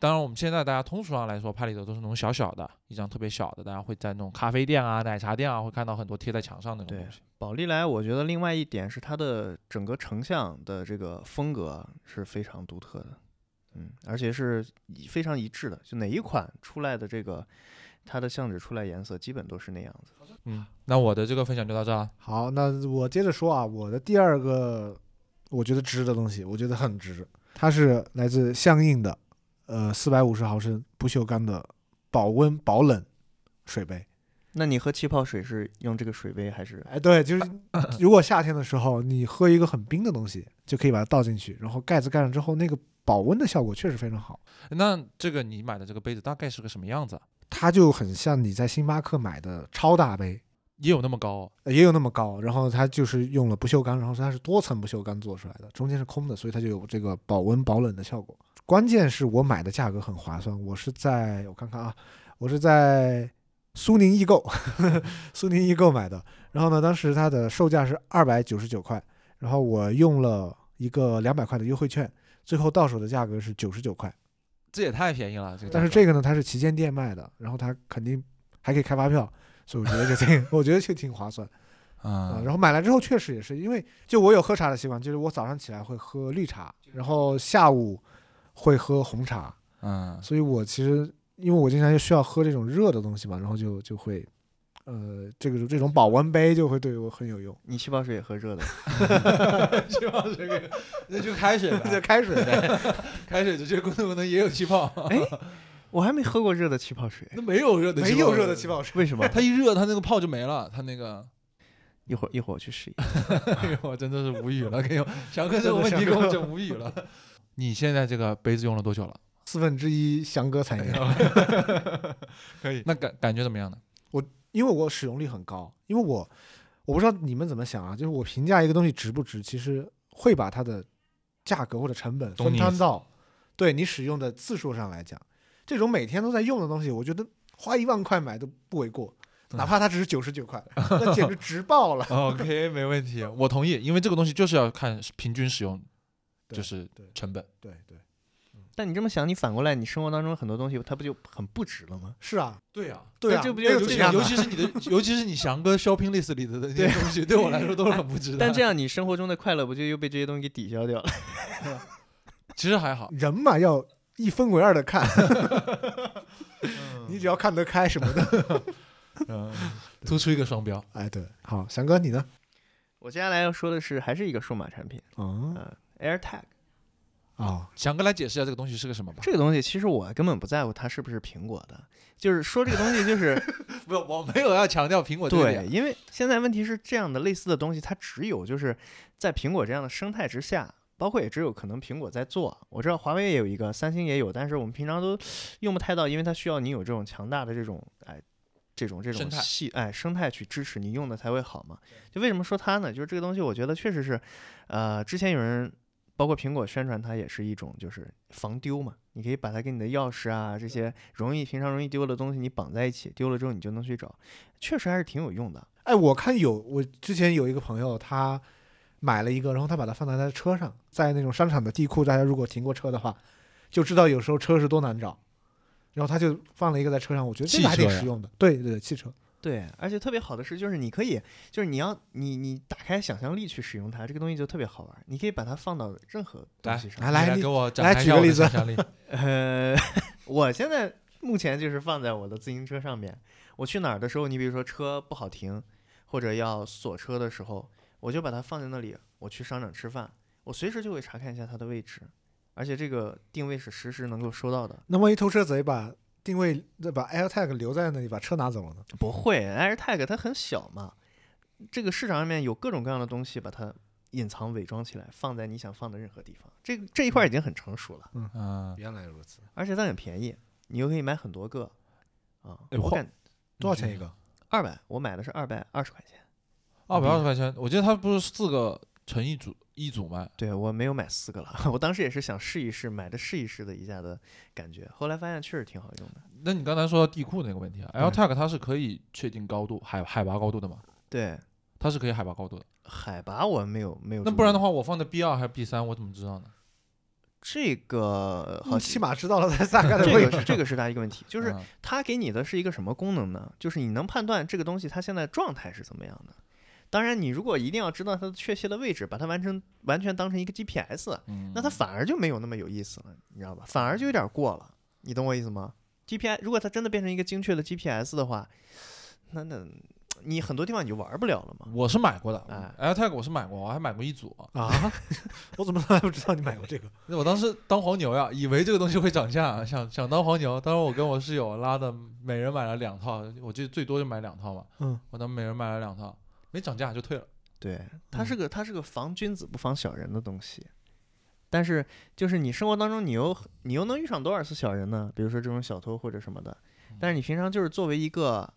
当然，我们现在大家通俗上来说，拍立得都是那种小小的，一张特别小的，大家会在那种咖啡店啊、奶茶店啊，会看到很多贴在墙上那种对东西。宝丽来，我觉得另外一点是它的整个成像的这个风格是非常独特的，嗯，而且是一非常一致的，就哪一款出来的这个它的相纸出来颜色基本都是那样子。嗯，那我的这个分享就到这儿。好，那我接着说啊，我的第二个我觉得值的东西，我觉得很值，它是来自相应的，呃，四百五十毫升不锈钢的保温保冷水杯。那你喝气泡水是用这个水杯还是？哎，对，就是如果夏天的时候你喝一个很冰的东西，就可以把它倒进去，然后盖子盖上之后，那个保温的效果确实非常好。那这个你买的这个杯子大概是个什么样子啊？它就很像你在星巴克买的超大杯，也有那么高、哦？呃也有那么高，然后它就是用了不锈钢，然后它是多层不锈钢做出来的，中间是空的，所以它就有这个保温保冷的效果。关键是我买的价格很划算，我是在我看看啊，我是在苏宁易购， 苏宁易购买的。然后呢，当时它的售价是二百九十九块，然后我用了一个两百块的优惠券，最后到手的价格是九十九块。这也太便宜了。这个价但是格这个呢，它是旗舰店卖的，然后它肯定还可以开发票，所以我觉得就挺， 我觉得就挺划算。啊，嗯然后买来之后确实也是，因为就我有喝茶的习惯，就是我早上起来会喝绿茶，然后下午会喝红茶，嗯， 所以我其实因为我经常就需要喝这种热的东西嘛，然后就就会，呃，这个这种保温杯就会对我很有用，你气泡水也喝热的？ 气泡水给那就开水 这呗，开水呗 开水直接咕咚咕咚也有气泡，哎，我还没喝过热的气泡水， 那没有热的没有热的气泡水， 为什么？它一热，它那个泡就没了，它那 个，一会儿一会儿我去试一下。哎呦，我真的是无语了，给我翔哥这个问题给我整无语了。你现在这个杯子用了多久了？四分之一翔哥 产业，可以。那感感觉怎么样呢？因为我使用率很高，因为我我不知道你们怎么想啊，就是我评价一个东西值不值，其实会把它的价格或者成本懂分你意摊思。到对你使用的次数上来讲。这种每天都在用的东西，我觉得花一万块买都不为过，哪怕它只是九十九块，那简直值爆了 OK，没问题，我同意，因为这个东西就是要看平均使用，对就是对成本。对对，但你这么想，你反过来，你生活当中很多东西，它不就很不值了吗？是啊，对啊，对啊，这不就那又是怎尤其样尤呢？其是你 的，尤其是你翔哥 shopping list 里的那些东西，对我来说都是很不值得。 但这样你生活中的快乐不就又被这 些东西给抵消掉了？其实还好，人嘛，要一分为二的看，你只要看得开什么的。 嗯，突出一个双标。哎，对，好，翔哥你呢？我接下来要说的是，还是一个数码产品哦，AirTag。哦，翔哥来解释一下这个东西是个什么吧。这个东西其实我根本不在乎它是不是苹果的，就是说这个东西就是 不，我没有要强调苹果这个对，点。因为现在问题是这样的，类似的东西它只有就是在苹果这样的生态之下，包括也只有可能苹果在做。我知道华为也有一个，三星也有，但是我们平常都用不太到，因为它需要你有这种强大的这种哎。这种这种生态系哎生态去支持你用的才会好嘛？就为什么说它呢？就是这个东西，我觉得确实是，呃，之前有人包括苹果宣传它也是一种就是防丢嘛，你可以把它跟你的钥匙啊这些容易平常容易丢的东西你绑在一起，丢了之后你就能去找，确实还是挺有用的。哎，我看有我之前有一个朋友，他买了一个，然后他把它放在他的车上，在那种商场的地库，大家如果停过车的话，就知道有时候车是多难找。然后他就放了一个在车上，我觉得这个还汽车挺呀实用的。对对对，汽车。对，而且特别好的是，就是你可以，就是你要你你打开想象力去使用它，这个东西就特别好玩。你可以把它放到任何东西上。来你你给我展来开一举下个我的例子想 象力。 呃，我现在目前就是放在我的自行车上面。我去哪儿的时候，你比如说车不好停，或者要锁车的时候，我就把它放在那里。我去商场吃饭，我随时就会查看一下它的位置，而且这个定位是实时能够收到的。那万一偷车贼把定位把 AirTag 留在那里，把车拿走了呢？不会，AirTag 它很小嘛，这个市场上面有各种各样的东西，把它隐藏伪装起来，放在你想放的任何地方。这个这一块已经很成熟了，嗯，原来如此，而且它很便宜，你又可以买很多个啊。哎我换感多少钱一个？嗯二百，我买的是二百二十块钱，二百二十块钱，我记得它不是四个乘一组一组卖，对我没有买四个了。 我当时也是想试一试，买的试一试的一下的感觉，后来发现确实挺好用的。那你刚才说到地库那个问题啊，AirTag 它是可以确定高度海海拔高度的嘛？对，它是可以海拔高度的。海拔我没有没有注意。那不然的话，我放在 B 二还是 B 三，我怎么知道呢？这个好你嗯 起码知道了它大概的这位个置。是这个是它一个问题，就是嗯它给你的是一个什么功能呢？就是你能判断这个东西它现在状态是怎么样的。当然，你如果一定要知道它的确切的位置，把它完成完全当成一个 GPS，嗯，那它反而就没有那么有意思了，你知道吧？反而就有点过了，你懂我意思吗？GPS 如果它真的变成一个精确的 GPS 的话，那那你很多地方你就玩不了了嘛。我是买过的哎，AirTag 我是买过，我还买过一组。啊！我怎么从来不知道你买过这个？那我当时当黄牛呀，以为这个东西会涨价，想想当黄牛。当时我跟我室友拉的，每人买了两套，我记得最多就买两套嘛。嗯，我当时每人买了两套，没涨价就退了。对，它是个它是个防君子不防小人的东西，但是就是你生活当中你又你又能遇上多少次小人呢？比如说这种小偷或者什么的，但是你平常就是作为一个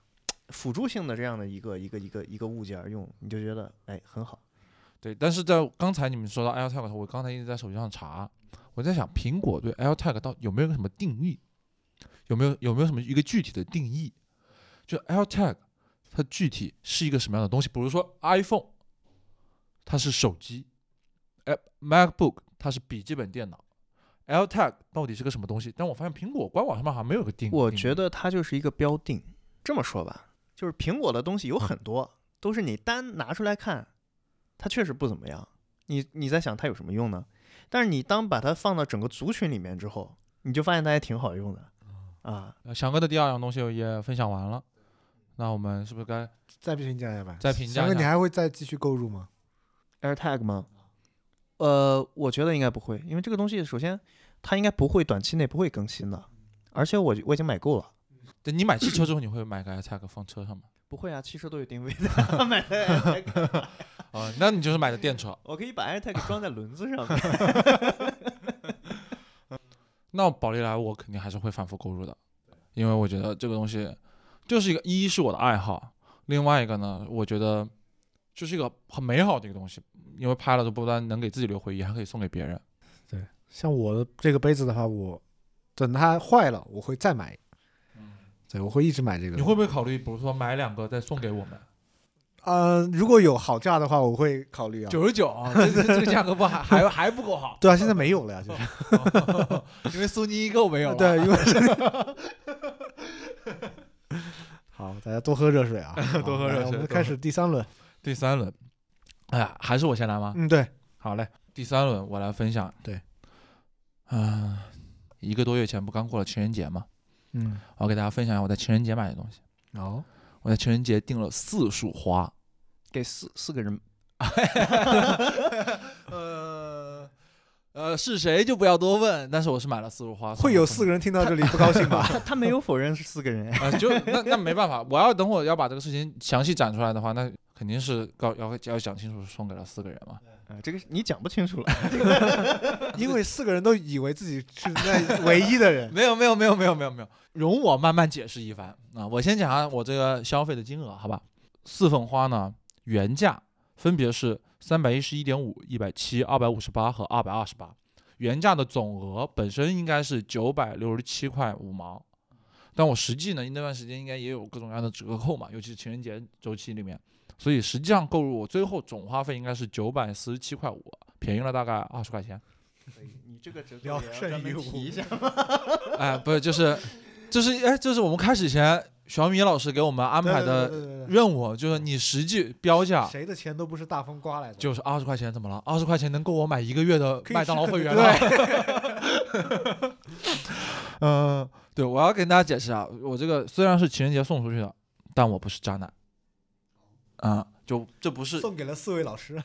辅助性的这样的一个一个一个一个物件儿用，你就觉得哎很好。对，但是在刚才你们说到 AirTag 的时候，我刚才一直在手机上查，我在想苹果对 AirTag 到底有没有个什么定义，有没有有没有什么一个具体的定义？就 AirTag 它具体是一个什么样的东西？比如说 iPhone，它是手机，App MacBook 它是笔记本电脑，AirTag 到底是个什么东西？但我发现苹果官网上面好像没有个定义。我觉得它就是一个标定。这么说吧，就是苹果的东西有很多，都是你单拿出来看，它确实不怎么样。你你在想它有什么用呢？但是你当把它放到整个族群里面之后，你就发现它还挺好用的啊。呃翔哥的第二样东西也分享完了，那我们是不是该再评价一下吧。再评价翔哥一下你还会再继续购入吗？ AirTag 吗？呃，我觉得应该不会，因为这个东西首先它应该不会短期内不会更新的，而且我我已经买够了。对你买汽车之后，你会买个 AirTag 放车 上吗？不会啊，汽车都有定位的，买的 AirTag 啊、那你就是买的电车。我可以把 AirTag 装在轮子上面。那宝丽来我肯定还是会反复购入的，因为我觉得这个东西就是一个一是我的爱好，另外一个呢，我觉得就是一个很美好的一个东西，因为拍了就不单能给自己留回忆，还可以送给别人。像我的这个杯子的话，我等它坏了，我会再买。对，我会一直买这个。嗯你会不会考虑，比如说买两个再送给我们？呃，如果有好价的话，我会考虑啊。九十九，这这这个价格不还还还不够 好，对啊，现在没有了呀，就是。因为苏宁易购没有了。啊对，因为是 好，大家多喝热 水啊，多喝好来热我水们多开喝始第三轮。第三轮，哎呀，还是我先来吗？嗯，对，好嘞，第三轮我来分享。对，啊、一个多月前不刚过了情人节吗？嗯，我给大家分享一下我在情人节买的东西。哦，我在情人节订了四束花， 给四四个 人，呃呃，是谁就不要多问。但是我是买了四束花，会有四个个人听到这里不高兴吧？他他没有否认是四个人，啊、就那那没办法，我要等会儿要把这个事情详细展出来的话，那肯定是告要要讲清楚是送给了四个人嘛。啊，这个是你讲不清楚了。 因为四个人都以为自己是那唯一的人。没有没有没有没有没有没有，容我慢慢解释一番啊！我先讲下我这个消费的金额，好吧？四份花呢，原价分别是三百一十一点五、一百七、二百五十八和二百二十八。原价的总额本身应该是九百六十七块五毛，但我实际呢那段时间应该也有各种各样的折扣嘛，尤其是情人节周期里面，所以实际上购入我最后总花费应该是九百四十七块五，便宜了大概二十块钱。可以，你这个折聊胜于无。 哎，不是，就是，就是，哎，就是我们开始以前小米老师给我们 安排对的对对对对任务，就是你实际标价谁的钱都不是大风刮来的，就是二十块钱，怎么了？二十块钱能够我买一个月的可以麦当劳吃会 员啊肯德了。 嗯，对，我要跟大家解释啊，我这个虽然是情人节送出去的，但我不是渣男。啊、就这不是送给了四位老师。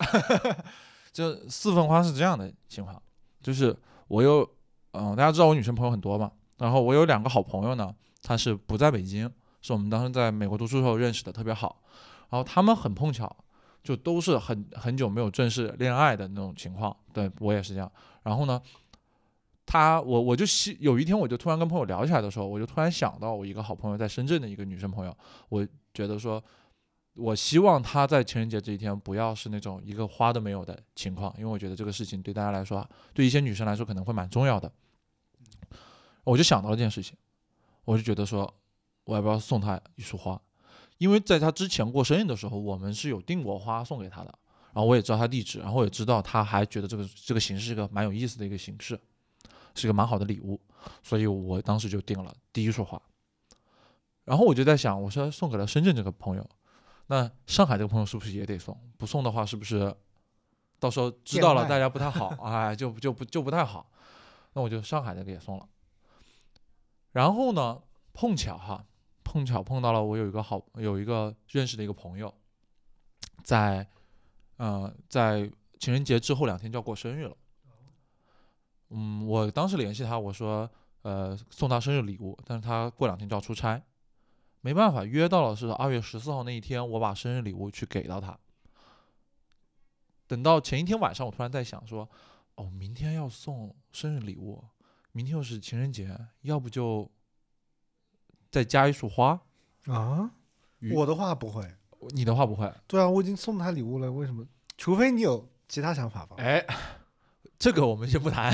这四分花是这样的情况，就是我有，嗯、大家知道我女生朋友很多嘛，然后我有两个好朋友呢，她是不在北京，是我们当时在美国读书时候认识的，特别好，然后他们很碰巧，就都是很很久没有正式恋爱的那种情况，对我也是这样，然后呢。她我我就希有一天我就突然跟朋友聊起来的时候，我就突然想到我一个好朋友在深圳的一个女生朋友，我觉得说我希望他在情人节这一天不要是那种一个花都没有的情况，因为我觉得这个事情对大家来说啊，对一些女生来说可能会蛮重要的。我就想到了这件事情，我就觉得说，我要不要送她一束花？因为在她之前过生日的时候，我们是有订过花送给她的，然后我也知道她地址，然后我也知道她还觉得这个这个形式是个蛮有意思的一个形式，是个蛮好的礼物，所以我当时就订了第一束花。然后我就在想，我说送给了深圳这个朋友，那上海这个朋友是不是也得送？不送的话，是不是到时候知道了变卖大家不太好？哎，就就不就不太好。那我就上海那个也送了。然后呢，碰巧哈，碰巧碰到了我有一个好有一个认识的一个朋友，在呃在情人节之后两天就要过生日了。嗯，我当时联系他，我说呃送他生日礼物，但是他过两天就要出差，没办法，约到了是二月十四号那一天，我把生日礼物去给到他。等到前一天晚上，我突然在想说，哦，明天要送生日礼物，明天又是情人节，要不就再加一束花。啊，与我的话不会。你的话不会，对啊，我已经送他礼物了，为什么？除非你有其他想法吧。哎，这个我们先不谈。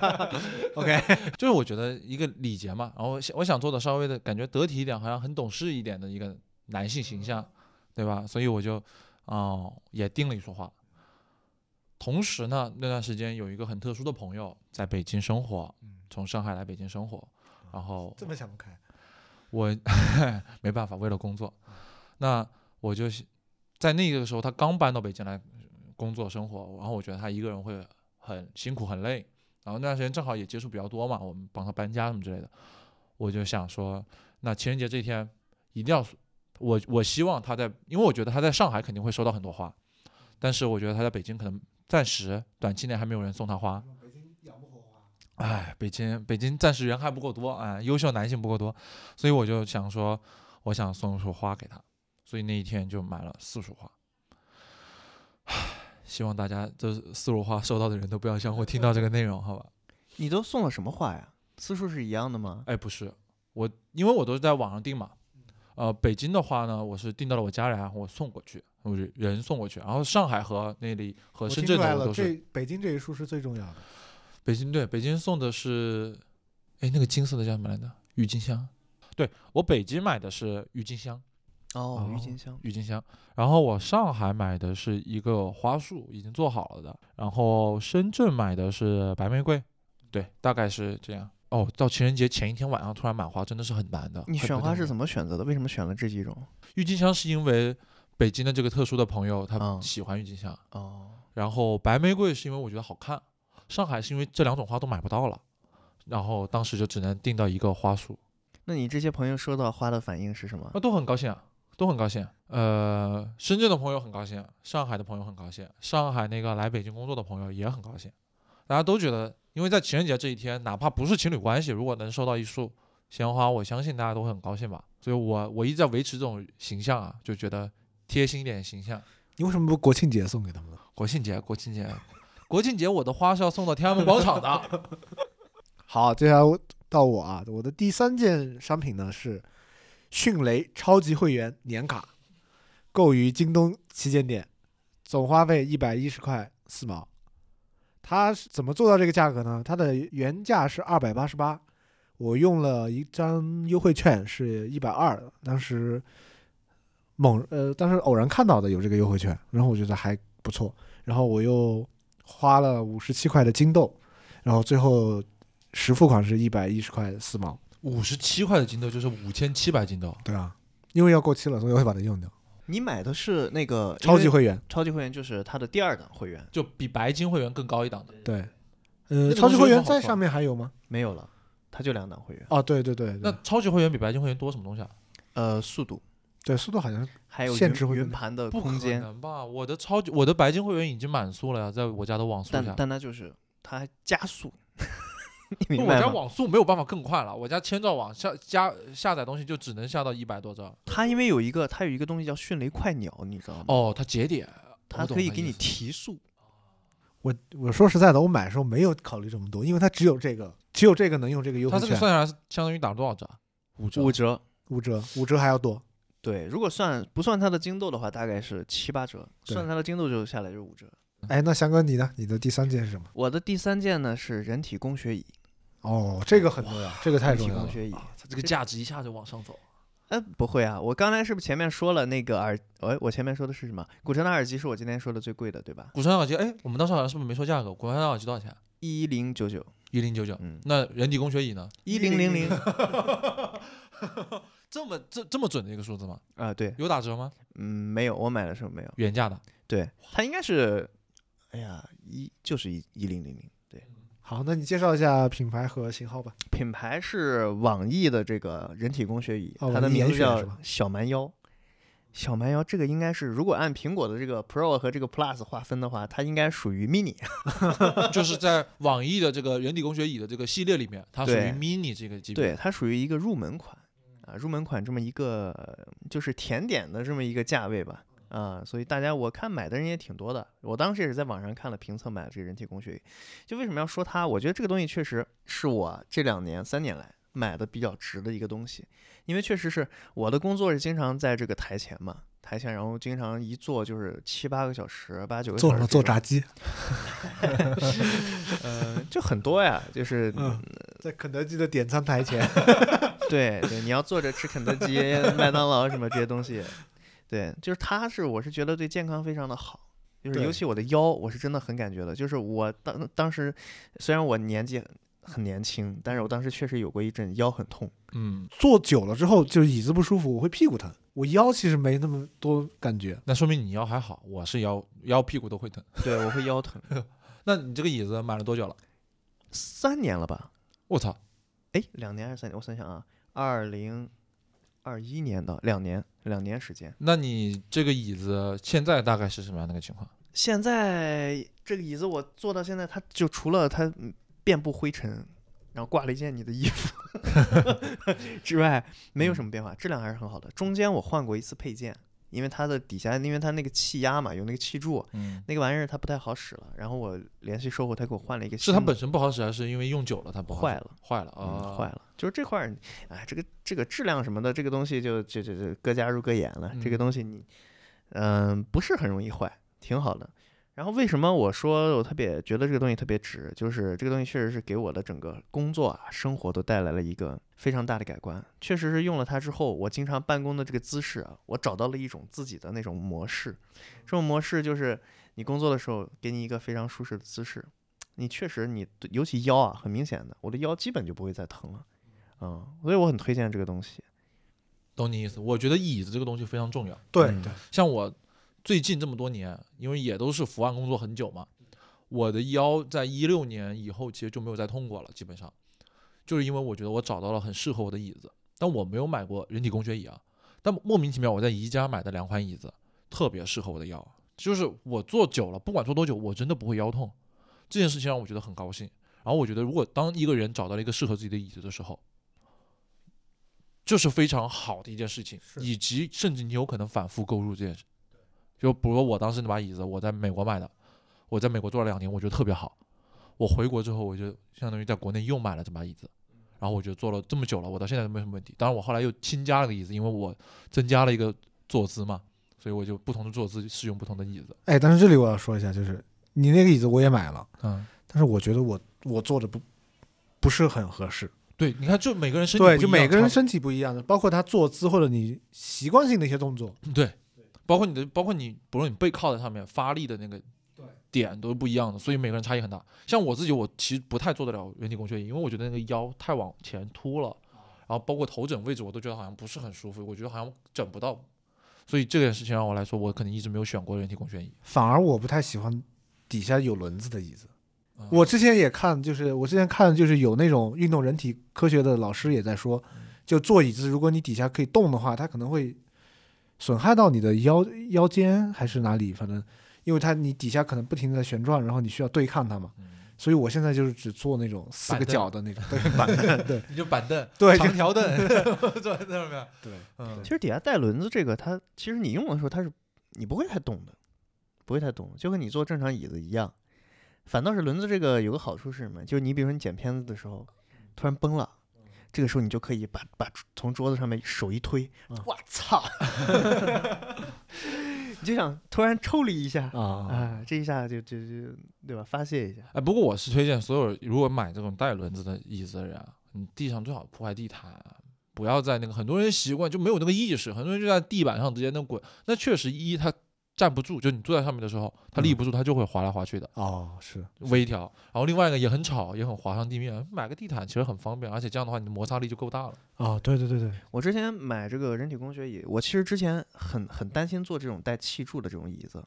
OK，就是我觉得一个礼节嘛，然后我想我想做的稍微的感觉得体一点，好像很懂事一点的一个男性形象，对吧？所以我就，哦、也订了一束花。同时呢，那段时间有一个很特殊的朋友在北京生活，嗯从上海来北京生活，然后这么想不开。我 没办法，为了工作，那我就是在那个时候，他刚搬到北京来工作生活，然后我觉得他一个人会很辛苦很累，然后那段时间正好也接触比较多嘛，我们帮他搬家什么之类的，我就想说，那情人节这天一定要送，我我希望他在，因为我觉得他在上海肯定会收到很多花，但是我觉得他在北京可能暂时短期内还没有人送他花，哎，北京北京暂时人还不够多啊、哎优秀男性不够多，所以我就想说，我想送一束花给他，所以那一天就买了四束花。唉希望大家这四束花收到的人都不要像我听到这个内容，好吧？ 你都送了什么花呀？次数是一样的吗？哎，不是，我因为我都是在网上订嘛，嗯呃，北京的话呢，我是订到了我家人，我送过去，我人人送过去，然后上海和那里和我深听圳出来的我了，都是这北京这一束是最重要的。北京对，北京送的是，哎，那个金色的叫什么来着？郁金香。对我北京买的是郁金香，哦，郁哦金香。郁金香。然后我上海买的是一个花束，已经做好了的。然后深圳买的是白玫瑰，对，大概是这样。哦，到情人节前一天晚上突然买花真的是很难的。你选花是么？怎么选择的？为什么选了这几种？郁金香是因为北京的这个特殊的朋友他嗯喜欢郁金香，哦，然后白玫瑰是因为我觉得好看，上海是因为这两种花都买不到了，然后当时就只能订到一个花束，那你这些朋友收到花的反应是什么啊，？都很高兴啊，都很高兴。呃，深圳的朋友很高兴，上海的朋友很高兴，上海那个来北京工作的朋友也很高兴，大家都觉得，因为在情人节这一天，哪怕不是情侣关系，如果能收到一束鲜花，我相信大家都会很高兴吧。所以我我一直在维持这种形象啊，就觉得贴心一点形象。你为什么不国庆节送给他们呢？国庆节，国庆节，国庆节，我的花是要送到天安门广场的。好，接下来我到我啊，我的第三件商品呢是迅雷超级会员年卡，购于京东旗舰店，总花费一百一十块四毛。它是怎么做到这个价格呢？它的原价是二百八十八，我用了一张优惠券是一百二，当时猛呃，当时偶然看到的有这个优惠券，然后我觉得还不错，然后我又花了五十七块的金豆，然后最后实付款是一百一十块四毛。 五十七块的金豆就是五千七百金豆，对啊，因为要过期了，所以我会把它用掉。你买的是那个超级因为会员，超级会员，就是它的第二档会员，就比白金会员更高一档的。对，那呃，个超级会东员西有什么好在上面还有吗？没有了，它就两档会员。哦，对对对，那对超级会员比白金会员多什么东西啊？呃，速度对速度好像还有限云制会更云盘的不空可间，能吧？我的超级我的白金会员已经满速了呀，在我家的网速但下。但它就是它还加速，你不明我白家吗？网速没有办法更快了，我家千兆网下加下载东西就只能下到一百多兆。它因为有一个它有一个东西叫迅雷快鸟，你知道吗？哦，它节点，它我懂可以的给意你思提速，我我说实在的，我买的时候没有考虑这么多，因为它只有这个，只有这个能用这个优它惠这个券，算下来是相当于打了多少折啊？五折。五折。五折，五折还要多。对，如果算不算它的金豆的话，大概是七八折；对算它的金豆就下来就是五折。嗯哎，那翔哥你呢？你的第三件是什么？我的第三件呢是人体工学椅，哦，这个很重要，这个太人重体要工了。学椅。它这个价值一下就往上走。 哎，不会啊，我刚才是不是前面说了那个耳？哎，我前面说的是什么？古城的耳机是我今天说的最贵的，对吧？骨传导机，哎，我们当时好像是不是没说价格？骨传导机多少钱？啊一零九九，一零九九。嗯，那人体工学椅呢？一零零零这么这这么准的一个数字吗？啊，对，有打折吗？嗯，没有，我买的时候没有，原价的。对，它应该是，哎呀，一就是一一零零零，对，好，那你介绍一下品牌和型号吧。品牌是网易的这个人体工学椅，哦它的网易严名字选叫是吧小蛮腰。小蛮腰这个应该是，如果按苹果的这个 Pro 和这个 Plus 划分的话，它应该属于 mini。就是在网易的这个人体工学椅的这个系列里面，它属于对 mini 这个级别。对，它属于一个入门款啊，入门款这么一个呃就是甜点的这么一个价位吧。啊，所以大家我看买的人也挺多的。我当时也是在网上看了评测买的这个人体工学椅。就为什么要说它？我觉得这个东西确实是我这两年三年来买的比较值的一个东西，因为确实是我的工作是经常在这个台前嘛，台前然后经常一坐就是七八个小时、八九个小做时什这么？种。做炸鸡，呃，就很多呀，就是嗯在肯德基的点餐台 前。对对，你要坐着吃肯德基、 麦当劳什么这些东西，对，就是它是我是觉得对健康非常的好，就是尤对其我的腰，我是真的很感觉的，就是我当当时虽然我年纪很年轻，但是我当时确实有过一阵腰很痛，嗯，坐久了之后，就是椅子不舒服，我会屁股疼。我腰其实没那么多感觉，那说明你腰还好，我是腰腰屁股都会疼。对我会腰疼，那你这个椅子买了多久了？三年了吧？我操，哎，两年还是三年？我想想啊，二零二一年到两年，两年时间。那你这个椅子现在大概是什么样的一个情况？现在这个椅子我坐到现在，它就除了它嗯遍布灰尘，然后挂了一件你的衣服 之外，嗯没有什么变化，质量还是很好的。中间我换过一次配件，因为它的底下，因为它那个气压嘛，有那个气柱，嗯，那个玩意儿它不太好使了。然后我联系售后，他给我换了一个是新的，它本身不好使，还是因为用久了它不好使？坏了。坏了嗯，啊，坏了，就是这块儿，哎，这个这个质量什么的，这个东西就就就就各家入各眼了。这个嗯东西你，嗯、不是很容易坏，挺好的。然后为什么我说我特别觉得这个东西特别值？就是这个东西确实是给我的整个工作啊、生活都带来了一个非常大的改观。确实是用了它之后，我经常办公的这个姿势啊，我找到了一种自己的那种模式。这种模式就是你工作的时候给你一个非常舒适的姿势，你确实你对尤其腰啊，很明显的，我的腰基本就不会再疼了，嗯，所以我很推荐这个东西。懂你意思。我觉得椅子这个东西非常重要。对嗯对，像我最近这么多年，因为也都是伏案工作很久嘛，我的腰在一六年以后其实就没有再痛过了，基本上就是因为我觉得我找到了很适合我的椅子，但我没有买过人体工学椅啊，但莫名其妙我在宜家买的两款椅子特别适合我的腰，就是我坐久了，不管坐多久，我真的不会腰痛，这件事情让我觉得很高兴。然后我觉得，如果当一个人找到了一个适合自己的椅子的时候，这是非常好的一件事情，以及甚至你有可能反复购入这件事。就比如说我当时那把椅子，我在美国买的，我在美国坐了两年，我觉得特别好。我回国之后，我就相当于在国内又买了这把椅子，然后我就坐了这么久了，我到现在都没什么问题。当然，我后来又新加了个椅子，因为我增加了一个坐姿嘛，所以我就不同的桌子试用不同的椅子。哎，但是这里我要说一下，就是你那个椅子我也买了，嗯，但是我觉得我我坐着不不是很合适。对，你看，就每个人身体对，不就一样每个人差身体不一样的，包括他坐姿或者你习惯性的一些动作。不对，包括你的，包括你，不论你背靠在上面发力的那个点都是不一样的，所以每个人差异很大。像我自己，我其实不太做得了人体工学椅，因为我觉得那个腰太往前凸了，然后包括头枕位置，我都觉得好像不是很舒服，我觉得好像枕不到。所以这件事情让我来说，我可能一直没有选过人体工学椅。反而我不太喜欢底下有轮子的椅子嗯。我之前也看，就是我之前看，就是有那种运动人体科学的老师也在说，就坐椅子，如果你底下可以动的话，它可能会损害到你的腰腰间还是哪里，反正因为它你底下可能不停的在旋转，然后你需要对抗它嘛。嗯，所以我现在就是只坐那种四个板凳角的那 种对板凳，对你就板凳，对就长条凳 坐在那上面，对，嗯其，实底下带轮子这个，它其实你用的时候它是你不会太动的，不会太动，就跟你坐正常椅子一样。反倒是轮子这个有个好处是什么？就是你比如说你剪片子的时候突然崩了。这个时候你就可以把把从桌子上面手一推嗯，我操！ 你就想突然抽离一下啊，啊，这一下就就就对吧？发泄一下。哎，不过我是推荐所有如果买这种带轮子的椅子的人啊，你地上最好铺块地毯啊，不要在那个很多人习惯就没有那个意识，很多人就在地板上直接那滚，那确实一它站不住，就你坐在上面的时候，它立嗯不住，它就会滑来滑去的哦是，微调。然后另外一个也很吵，也很划伤地面，买个地毯其实很方便，而且这样的话你的摩擦力就够大了。哦对对对对，我之前买这个人体工学椅，我其实之前很很担心做这种带气柱的这种椅子，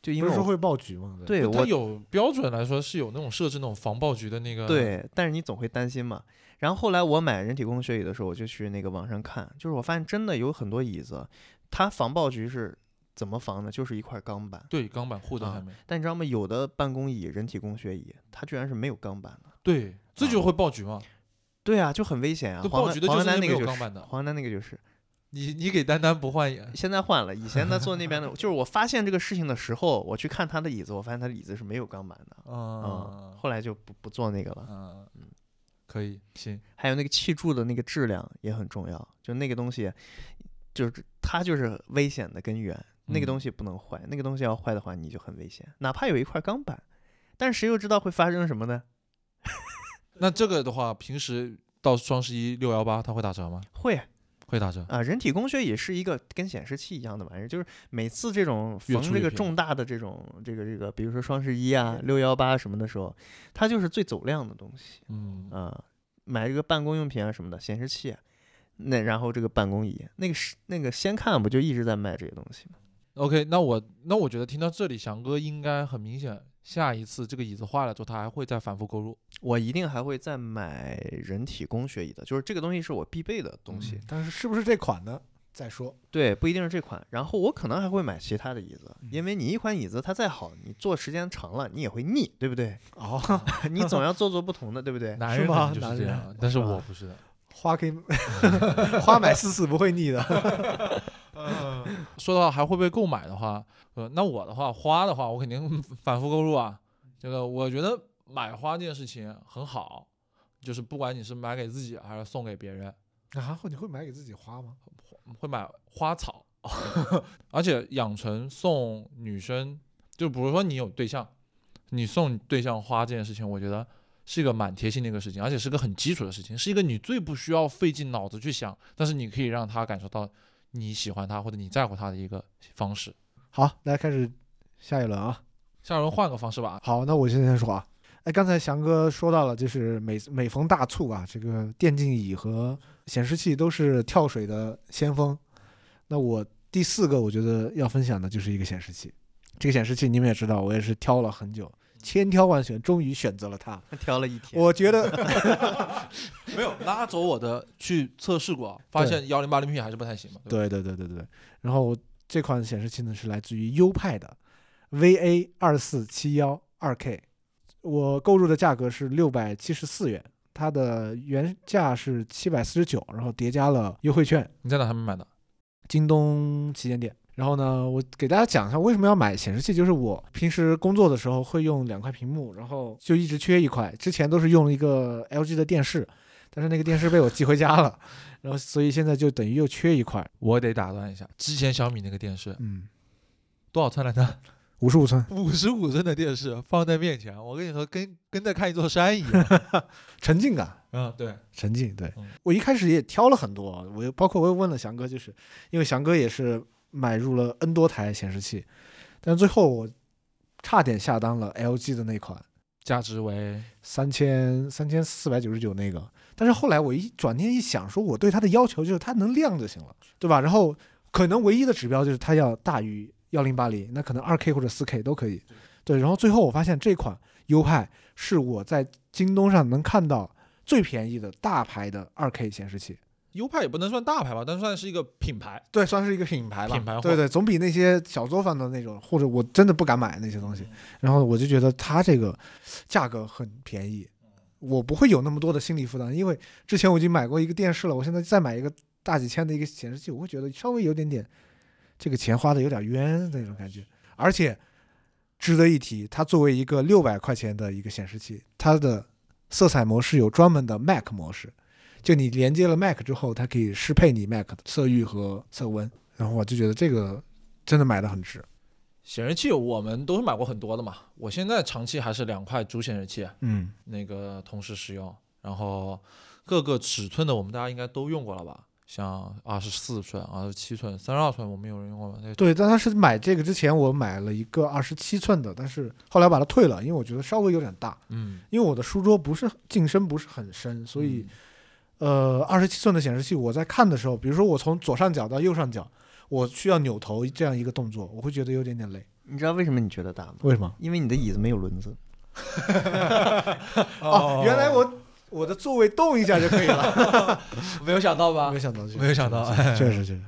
就因不为是说我会爆菊吗？，对它我有标准来说是有那种设置那种防爆菊的那个，对，但是你总会担心嘛。然后后来我买人体工学椅的时候，我就去那个网上看，就是我发现真的有很多椅子，它防爆菊是怎么防的？就是一块钢板。对钢板护在啊上面，但你知道吗？有的办公椅、人体工学椅，它居然是没有钢板的。对，这啊就会爆菊嘛。对啊，就很危险啊！对黄爆丹菊的黄就是丹那那没个有就钢是板的黄丹那个就是。你你给丹丹不换也现在换了，以前他坐那边的， 就是我发现这个事情的时候，我去看他的椅子，我发现他的椅子是没有钢板的，嗯啊后来就不不做那个了。嗯，可以，行，还有那个气柱的那个质量也很重要，就那个东西，就是它就是危险的根源，那嗯个东西不能坏，那个东西要坏的话你就很危险，哪怕有一块钢板，但是谁又知道会发生什么呢？那这个的话，平时到双十一、六幺八，它会打折吗？会会打折。啊，人体工学也是一个跟显示器一样的玩意儿，就是每次这种越逢出这越个便宜重大的这种这个这个，比如说双十一啊、六幺八什么的时候，它就是最走量的东西嗯，啊。买这个办公用品啊什么的，显示器、那然后这个办公椅，那个是那个先看不就一直在卖这些东西吗？ OK，那我那我觉得听到这里，翔哥应该很明显，下一次这个椅子坏了之后，他还会再反复购入。我一定还会再买人体工学椅的，就是这个东西是我必备的东西。嗯但是是不是这款呢？再说。对，不一定是这款，然后我可能还会买其他的椅子，因为你一款椅子它再好，你坐时间长了你也会腻，对不对？哦， 你总要做做不同的，对不 对？男是人可吗能就男是这人样，但是是吧我不是的。 花 可以花买四次不会腻的。说到还会不会购买的话，呃，那我的话，花的话，我肯定 反复购入啊。这个我觉得买花这件事情很好，就是不管你是买给自己还是送给别人，啊，你会买给自己花吗？会买花草， 而且养成送女生，就比如说你有对象，你送对象花这件事情，我觉得是一个蛮贴心的一个事情，而且是个很基础的事情，是一个你最不需要费尽脑子去想，但是你可以让他感受到你喜欢他或者你在乎他的一个方式。好，来开始下一轮啊。下轮换个方式吧，好，那我现在先说啊。哎，刚才翔哥说到了，就是每每逢大促啊，这个电竞椅和显示器都是跳水的先锋。那我第四个我觉得要分享的就是一个显示器。这个显示器你们也知道，我也是挑了很久，千挑万选，终于选择了它。挑了一天，我觉得没有拉走我的去测试过，发对现幺零八零 P 还是不太行嘛。对吧，对对对对对。然后这款显示器呢是来自于优派的 VA 二四七幺二 K，我购入的价格是六百七十四元，它的原价是七百四十九，然后叠加了优惠券，你在哪上面买的？京东旗舰店。然后呢，我给大家讲一下为什么要买显示器。就是我平时工作的时候会用两块屏幕，然后就一直缺一块。之前都是用一个 LG 的电视，但是那个电视被我寄回家了，然后所以现在就等于又缺一块，我得打断一下，之前小米那个电视嗯，多少寸来着？五十五寸五十五寸的电视放在面前，我跟你说，跟跟在看一座山一 样。沉浸感。嗯，对，沉浸，对、嗯我一开始也挑了很多，我又包括我也问了翔哥，就是因为翔哥也是买入了 N 多台显示器，但最后我差点下单了 LG 的那款价值为三千三千四百九十九那个，但是后来我一转念一想，说我对它的要求就是它能亮就行了，对吧？然后可能唯一的指标就是它要大于幺零八零，那可能二 K 或者四 K 都可以，对。然后最后我发现这款优派是我在京东上能看到最便宜的大牌的二 K 显示器，优派也不能算大牌吧，但算是一个品牌。对，算是一个品牌吧，品牌货对对，总比那些小作坊的那种，或者我真的不敢买那些东西。嗯然后我就觉得它这个价格很便宜，嗯我不会有那么多的心理负担，因为之前我已经买过一个电视了，我现在再买一个大几千的一个显示器，我会觉得稍微有点点这个钱花的有点冤那种感觉。而且值得一提，它作为一个六百块钱的一个显示器，它的色彩模式有专门的 Mac 模式。就你连接了 Mac 之后，它可以适配你 Mac 的色域和色温，然后我就觉得这个真的买的很值。显示器我们都是买过很多的嘛，我现在长期还是两块主显示器嗯，那个同时使用，然后各个尺寸的我们大家应该都用过了吧？像二十四寸、二十七寸、三十二寸，我们有人用过吗？那个对，但当时买这个之前，我买了一个二十七寸的，但是后来把它退了，因为我觉得稍微有点大，嗯，因为我的书桌不是进深不是很深，所以、呃，二十七寸的显示器我在看的时候，比如说我从左上角到右上角，我需要扭头这样一个动作，我会觉得有点点累。你知道为什么你觉得大吗？为什么？因为你的椅子没有轮子。 哦，原来我我的座位动一下就可以了，没有想到 吧没？想到这个，没有想到确实确实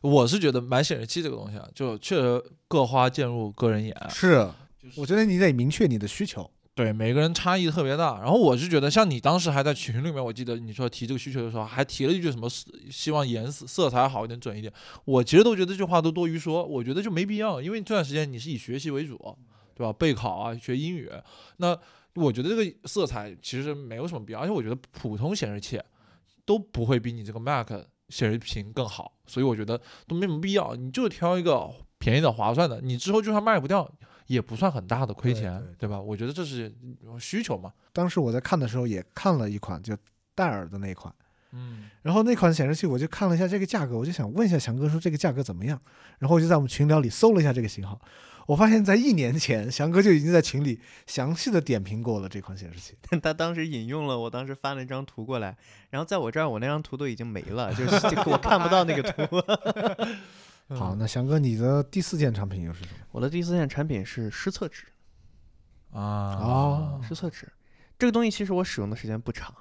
我是觉得买显示器这个东西啊，就确实各花渐入各人眼，是。我觉得你得明确你的需求，对每个人差异特别大。然后我是觉得，像你当时还在群里面，我记得你说提这个需求的时候，还提了一句什么色希望颜色色彩好一点、准一点。我其实都觉得这句话都多余说，我觉得就没必要，因为这段时间你是以学习为主，对吧？备考啊，学英语，那我觉得这个色彩其实没有什么必要，而且我觉得普通显示器都不会比你这个 Mac 显示屏更好，所以我觉得都没什么必要，你就挑一个便宜的、划算的，你之后就算卖不掉。也不算很大的亏对钱，对吧？我觉得这是需求嘛。当时我在看的时候也看了一款，就戴尔的那一款。嗯，然后那款显示器我就看了一下这个价格，我就想问一下翔哥说这个价格怎么样。然后我就在我们群聊里搜了一下这个型号，我发现在一年前翔哥就已经在群里详细的点评过了这款显示器。他当时引用了我当时发了一张图过来，然后在我这儿我那张图都已经没了，就是 就我看不到那个图。嗯好，那翔哥你的第四件产品又是什么？ 我的第四件产品是湿厕纸，啊，哦湿厕纸这个东西其实我使用的时间不长，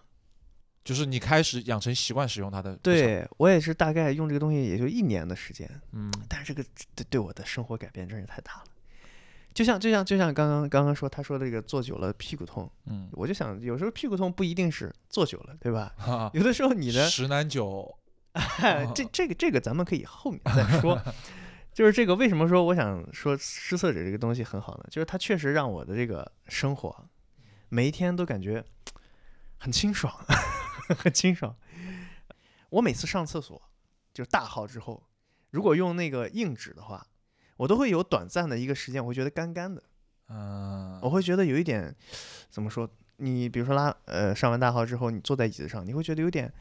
就是你开始养成习惯使用它的，，对我也是大概用这个东西也就一年的时间，嗯，但是这个对对我的生活改变真是太大了。就像就像就像刚刚刚刚说，他说这个坐久了屁股痛，嗯，我就想有时候屁股痛不一定是坐久了，对吧？ 哈有的时候 你的呃十男九，这这个这个咱们可以后面再说。就是这个为什么说我想说失色者这个东西很好呢？就是它确实让我的这个生活每一天都感觉很清爽， 很清爽。我每次上厕所就是大号之后，如果用那个硬纸的话，我都会有短暂的一个时间，我会觉得干干的，嗯，我会觉得有一点怎么说？你比如说拉呃上完大号之后，你坐在椅子上，你会觉得有点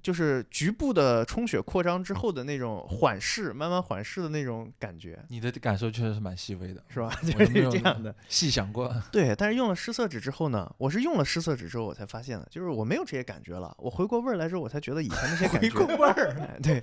就是局部的充血扩张之后的那种缓释，慢慢缓释的那种感觉，你的感受确实是蛮细微的，是吧？ 我就都是没有这样的。细想过，对，但是用了湿厕纸之后呢，我是用了湿厕纸之后，我才发现的，就是我没有这些感觉了。我回过味儿来之后，我才觉得以前那些感觉，回过味儿，对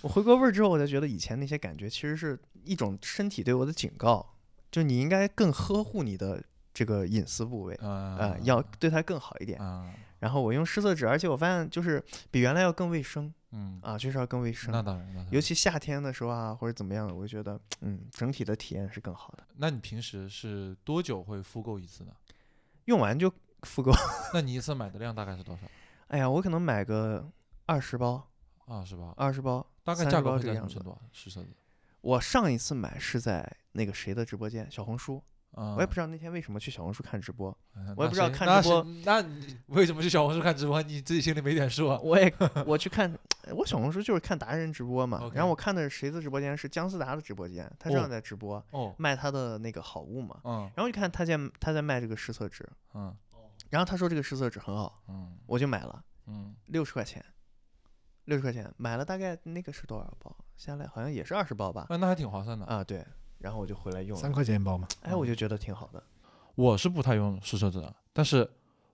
我回过味儿之后，我才觉得以前那些感觉其实是一种身体对我的警告，就你应该更呵护你的这个隐私部位。啊呃，，要对它更好一点。啊，然后我用湿厕纸，而且我发现就是比原来要更卫生嗯，啊，确实要更卫那生。当然，那当然尤其夏天的时候啊，或者怎么样的，我就觉得，嗯，整体的体验是更好的。那你平时是多久会复购一次呢？用完就复购。 那你一次买的量大概是多少哎呀，我可能买个二十包，啊？是吧？二十包，大概30价格包会这在个什样么子程。度啊？十色的我上一次买是在那个谁的直播间，小红书，啊，我也不知道那天为什么去小红书看直播， 嗯，我那也不知道谁看那直谁播那你为什么去小红书看直播？你自己心里没点数啊？我也 我去看，我小红书就是看达人直播嘛。 OK 然后我看的是谁的直播间？是姜思达的直播间，他哦这样在直播、哦，卖他的那个好物嘛。嗯然后就看他在他在卖这个湿厕纸，嗯然后他说这个湿厕纸很好，嗯我就买了嗯，六十块钱，六十块钱买了大概那个是多少包？下来好像也是二十包吧？那那还挺划算的。啊，对。然后我就回来用三了，块钱一包嘛。哎，我就觉得挺好的。我是不太用湿厕纸的，但是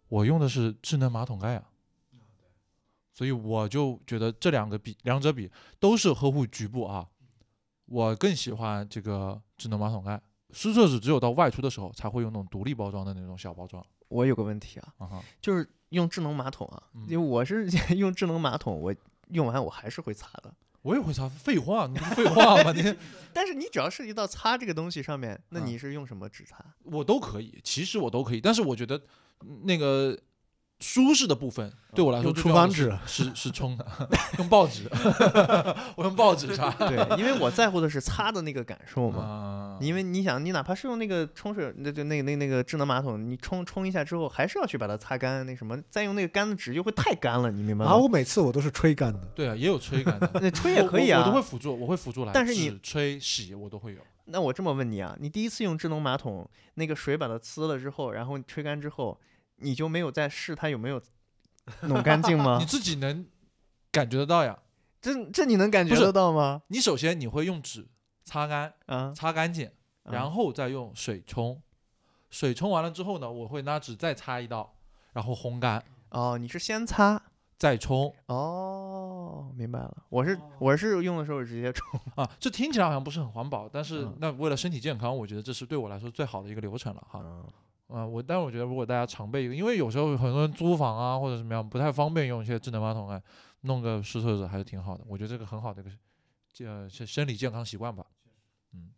我用的是智能马桶盖啊，所以我就觉得这两个比两者比都是呵护局部啊，我更喜欢这个智能马桶盖。湿厕纸只有到外出的时候才会用那种独立包装的那种小包装我有个问题啊，啊哈，就是用智能马桶啊，嗯因为我是 用智能马桶，我用完我还是会擦的。我也会擦，废话，你不废话吗？ 你但是你只要涉及到擦这个东西上面，那嗯你是用什么 纸擦？我都可以，其实我都可以，但是我觉得嗯那个舒适的部分对我来说用最厨重要房的纸是是是冲的， 用报纸，我用报纸擦。对，因为我在乎的是擦的那个感受嘛。啊因为你想，你哪怕是用那个冲水，那就那那那个智能马桶，你冲冲一下之后，还是要去把它擦干，那什么，再用那个干的纸又会太干了，你明嗯白然吗，啊后？我每次我都是吹干的，对啊，也有吹感的那 吹也可以啊啊我我我都会辅助，我会辅助来，但是你纸吹洗我都会有。那我这么问你啊，你第一次用智能马桶，那个水把它呲了之后，然后你吹干之后，你就没有再试它有没有弄干净吗你？自己能感觉得到呀？ 这这你能感觉不是得到吗？你首先你会用纸擦干，啊，擦干净，啊然后再用水冲，水冲完了之后呢，我会拿纸再擦一道，然后烘干，哦，你是先擦，再冲哦，明白了，我是我是用的时候直接冲，啊。这听起来好像不是很环保，但是嗯那为了身体健康，我觉得这是对我来说最好的一个流程了哈。啊，我但我觉得如果大家常备一个，因为有时候很多人租房啊或者怎么样不太方便用一些智能马桶盖，弄个湿厕纸还是挺好的。我觉得这个很好的一个这呃是生理健康习惯吧。嗯，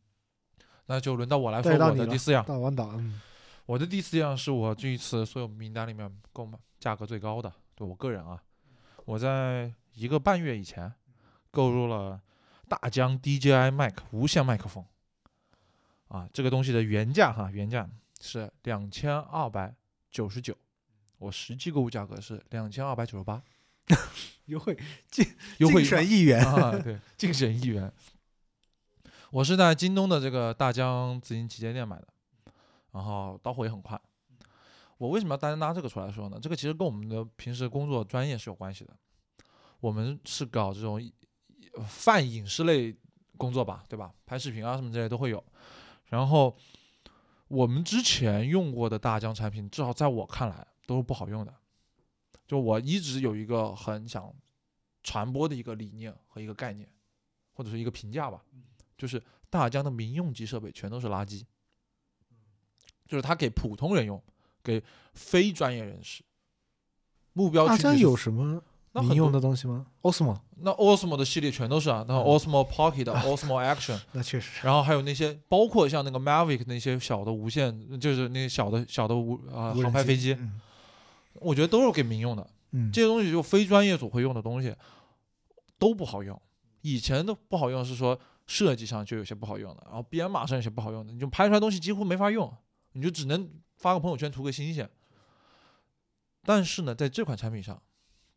那就轮到我来说对到我你的了第四样，大王岛，嗯，我的第四样是我这一次所有名单里面购买价格最高的，对我个人啊，我在一个半月以前购入了大疆 DJI Mic 无线麦克风，啊，这个东西的原价哈，原价是两千二百九十九，我实际购物价格是两千二百九十八，优惠优惠竞选议员，啊，对，竞选议员。我是在京东的这个大疆紫金旗舰店买的，然后到货也很快。我为什么要单拿这个出来说呢？这个其实跟我们的平时工作专业是有关系的。我们是搞这种呃泛影视类工作吧，对吧？拍视频啊什么之类都会有。然后我们之前用过的大疆产品，至少在我看来都是不好用的。就我一直有一个很想传播的一个理念和一个概念，或者是一个评价吧，就是大疆的民用级设备全都是垃圾，就是它给普通人用，给非专业人士。目标大群体家是有什么那民很用的多东西吗？Osmo，那 Osmo 的系列全都是啊，那嗯 Osmo Pocket、Osmo Action，那确实，然后还有那些包括像那个 Mavic 那些小的无线，就是那些小的小的无啊、无人航拍飞机，嗯我觉得都是给民用的。嗯，这些东西就非专业组会用的东西都不好用。以前的不好用是说设计上就有些不好用的，然后编码上有些不好用的，你就拍出来东西几乎没法用，你就只能发个朋友圈图个新鲜。但是呢，在这款产品上，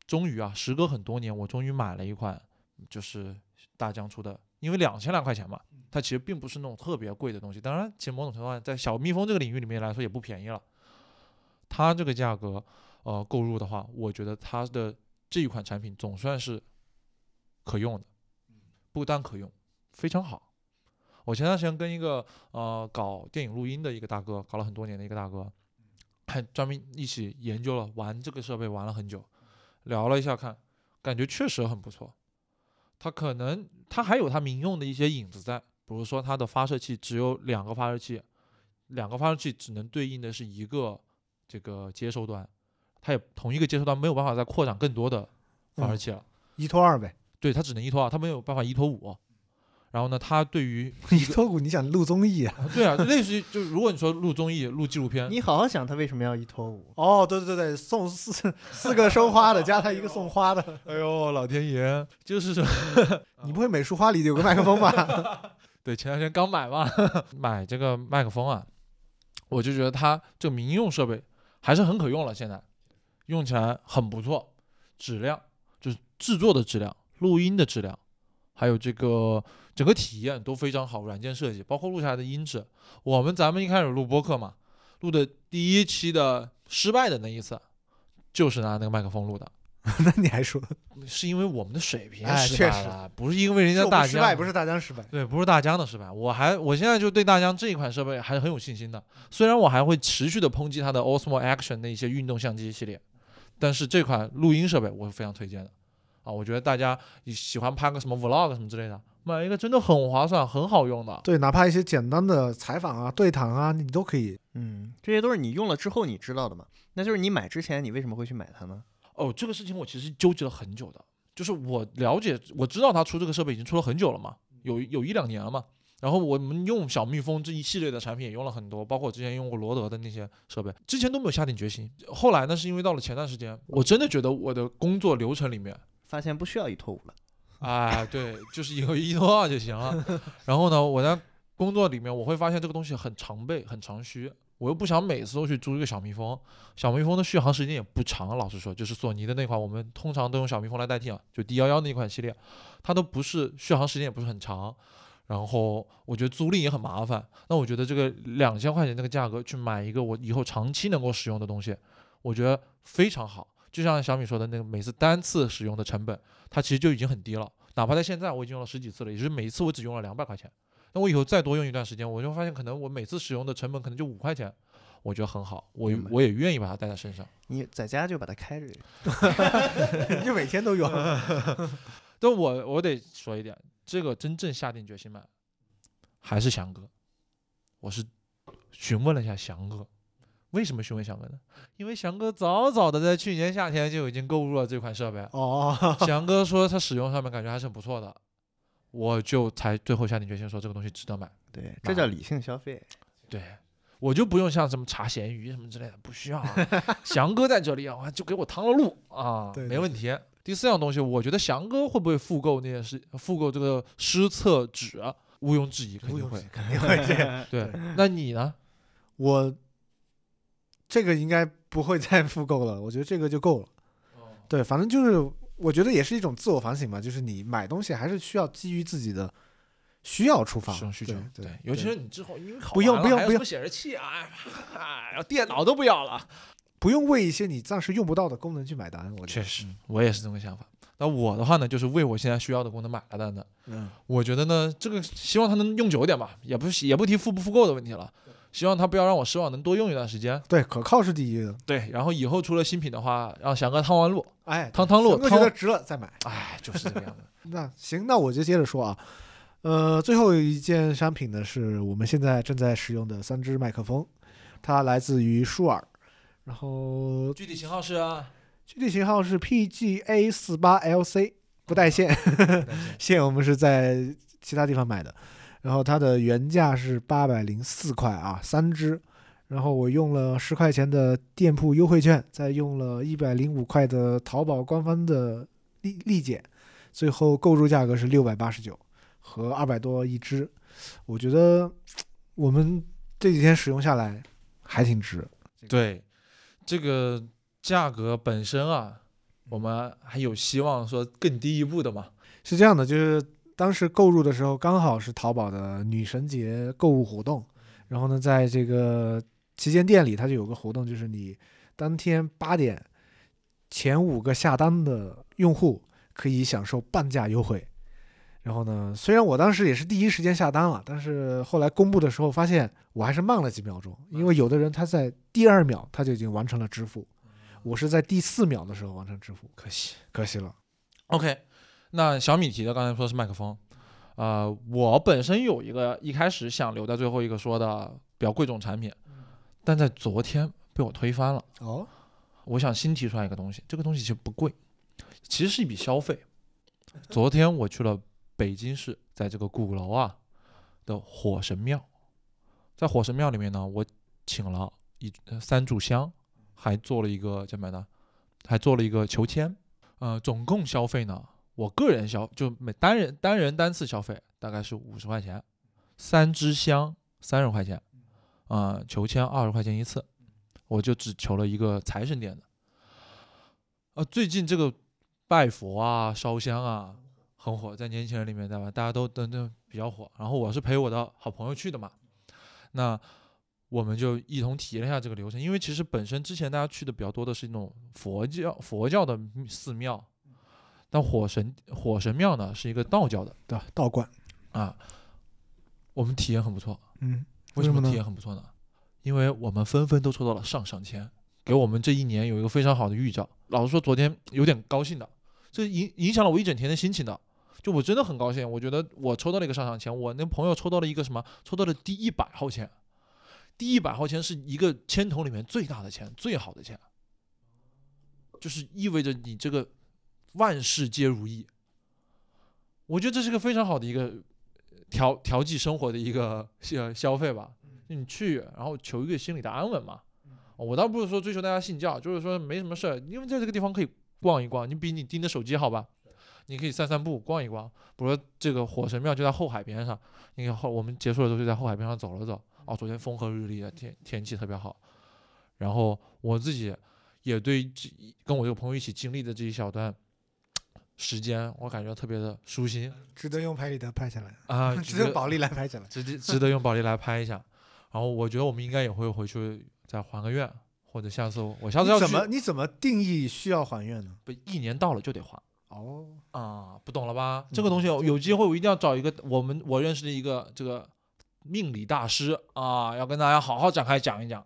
终于啊，时隔很多年，我终于买了一款，就是大疆出的，因为两千来块钱嘛，它其实并不是那种特别贵的东西。当然，其实某种程度上，在小蜜蜂这个领域里面来说也不便宜了。它这个价格，呃购入的话，我觉得它的这一款产品总算是可用的，不单可用，非常好。我前段时间跟一个呃搞电影录音的一个大哥，搞了很多年的一个大哥，还专门一起研究了玩这个设备玩了很久，聊了一下看，感觉确实很不错。它可能它还有它民用的一些影子在，比如说它的发射器只有两个发射器，两个发射器只能对应的是一个这个接收端，它也同一个接收端没有办法再扩展更多的发射器了，一拖二呗，对，它只能一拖二，它没有办法一拖五。然后呢，它对于 一拖五，你想录综艺啊？对啊，类似于就如果你说录综艺、录纪录片，你好好想他为什么要一拖五。 哦，对对对，送四四个收花的，加他一个送花的，哎呦老天爷，就是说你不会美术花 里有个麦克风吧？ 对，前段时间刚买嘛，买这个麦克风啊，我就觉得它这个民用设备还是很可用了，现在用起来很不错，质量就是制作的质量、录音的质量，还有这个整个体验都非常好，软件设计包括录下来的音质。我们咱们一开始录播客嘛，录的第一期的失败的那一次，就是拿那个麦克风录的，那你还说是因为我们的水平哎失确败实了，不是因为人是家我大们失败疆不是大疆失啊败，对，不是大疆的失败，我还我现在就对大疆这一款设备还是很有信心的。虽然我还会持续的抨击它的 Osmo Action 的一些运动相机系列，但是这款录音设备我是非常推荐的。啊，我觉得大家喜欢拍个什么 vlog 什么之类的，买一个真的很划算，很好用的。对，哪怕一些简单的采访啊、对谈啊，你都可以。嗯，这些都是你用了之后你知道的嘛？那就是你买之前你为什么会去买它呢？哦，这个事情我其实纠结了很久的，就是我了解，我知道它出这个设备已经出了很久了嘛，有有一两年了嘛。然后我们用小蜜蜂这一系列的产品也用了很多，包括我之前用过罗德的那些设备，之前都没有下定决心。后来呢，是因为到了前段时间，我真的觉得我的工作流程里面，发现不需要一拖五了。哎，对，就是有一拖二就行了。然后呢，我在工作里面我会发现这个东西很常备、很常需，我又不想每次都去租一个小蜜蜂。小蜜蜂的续航时间也不长，老实说，就是索尼的那款，我们通常都用小蜜蜂来代替啊，就 D 幺幺那款系列，它都不是续航时间也不是很长。然后我觉得租赁也很麻烦，那我觉得这个两千块钱这个价格去买一个我以后长期能够使用的东西，我觉得非常好。就像小米说的那个，每次单次使用的成本，它其实就已经很低了。哪怕在现在，我已经用了十几次了，也就是每一次我只用了两百块钱。那我以后再多用一段时间，我就发现可能我每次使用的成本可能就五块钱，我觉得很好，我明白我也愿意把它带在身上。你在家就把它开着，你就每天都 有。，但我我得说一点，这个真正下定决心买，还是翔哥。我是询问了一下翔哥，为什么询问翔哥呢？因为翔哥早早的在去年夏天就已经购入了这款设备 哦，翔哥说他使用上面感觉还是很不错的，我就才最后下定决心说这个东西值得买。对，这叫理性消费。对。我就不用像什么查闲鱼什么之类的，不需要、啊。翔哥在这里啊，就给我趟了路啊，对没问题。第四样东西，我觉得翔哥会不会复购那件事，复购这个湿厕纸，啊毋庸置疑，肯定会。肯 定会这样。对，那你 呢？我这个应该不会再复购了，我觉得这个就够了。哦对，反正就是我觉得也是一种自我反省吧，就是你买东西还是需要基于自己的需要出发，使用需求，对，对尤其对是你之后因为考不用完了不用还有不什用么显示器啊，哎呀，电脑都不要了。不用为一些你暂时用不到的功能去买单。我觉确得，实，嗯我也是这种想法。那我的话呢，就是为我现在需要的功能买了单的。嗯，我觉得呢，这个希望它能用久一点吧，也不也不提复不复购的问题了，希望它不要让我失望，能多用一段时间。对，可靠是第一的。对，然后以后出了新品的话，让翔哥趟完路，哎，趟趟路，我觉得趟，值了再买。哎，就是这个样 子。那行，那我就接着说啊。呃，最后一件商品呢，是我们现在正在使用的三支麦克风，它来自于舒尔，然后具体型号是、啊具体型号是 PGA 四八 LC，不带线，线我们是在其他地方买的。然后它的原价是八百零四块啊，三支。然后我用了十块钱的店铺优惠券，再用了一百零五块的淘宝官方的立立减，最后购入价格是六百八十九和二百多一支。我觉得我们这几天使用下来还挺值。对，这个价格本身啊，我们还有希望说更低一步的嘛。是这样的，就是当时购入的时候刚好是淘宝的女神节购物活动，然后呢，在这个旗舰店里它就有个活动，就是你当天八点前五个下单的用户可以享受半价优惠。然后呢，虽然我当时也是第一时间下单了，但是后来公布的时候发现我还是慢了几秒钟，因为有的人他在第二秒他就已经完成了支付，我是在第四秒的时候完成支付，可惜。可惜了。 OK，那小米提的刚才说的是麦克风，啊、我本身有一个一开始想留在最后一个说的比较贵重产品，但在昨天被我推翻了。哦，我想新提出来一个东西，这个东西其实不贵，其实是一笔消费。昨天我去了北京市，在这个鼓楼啊的火神庙，在火神庙里面呢，我请了一呃三炷香，还做了一个叫什么呢？还做了一个求签。呃，总共消费呢，我个人消就每单人单人单次消费大概是五十块钱，三支香三十块钱，呃，求签二十块钱一次，我就只求了一个财神殿的。呃，最近这个拜佛啊、烧香啊很火，在年轻人里面，对吧？大家都都都比较火。然后我是陪我的好朋友去的嘛，那我们就一同体验了一下这个流程。因为其实本身之前大家去的比较多的是那种佛教佛教的寺庙，但火神火神庙呢是一个道教的对吧？道观，啊，我们体验很不错。嗯，为为什什么么体呢验很不错呢？因为我们纷纷都抽到了上上签，给我们这一年有一个非常好的预兆。老实说，昨天有点高兴的，这影影响了我一整天的心情的。就我真的很高兴，我觉得我抽到了一个上上签，我那朋友抽到了一个什么？抽到了第一百号签，第一百号签是一个签筒里面最大的签，最好的签，就是意味着你这个万事皆如意。我觉得这是个非常好的一个调调剂生活的一个消消费吧。你去，然后求一个心里的安稳嘛。哦我倒不是说追求大家信教，就是说没什么事儿，因为在这个地方可以逛一逛，你比你盯着手机好吧？你可以散散步，逛一逛。比如说这个火神庙就在后海边上，你看后我们结束的时候就在后海边上走了走。哦，昨天风和日丽的天天气特别好，然后我自己也对这一跟我这个朋友一起经历的这一小段时间，我感觉特别的舒心值得用拍立得拍下来， 啊，值觉得得宝丽来拍下来。值得值得用宝丽来拍一下。然后我觉得我们应该也会回去再还个愿，或者下次我我下次要你去怎么你怎么定义需要还愿呢？不一年到了就得还哦，啊，不懂了吧？这个嗯东西有机会我一定要找一个我们我认识的一个这个命理大师啊，要跟大家好好展开讲一讲。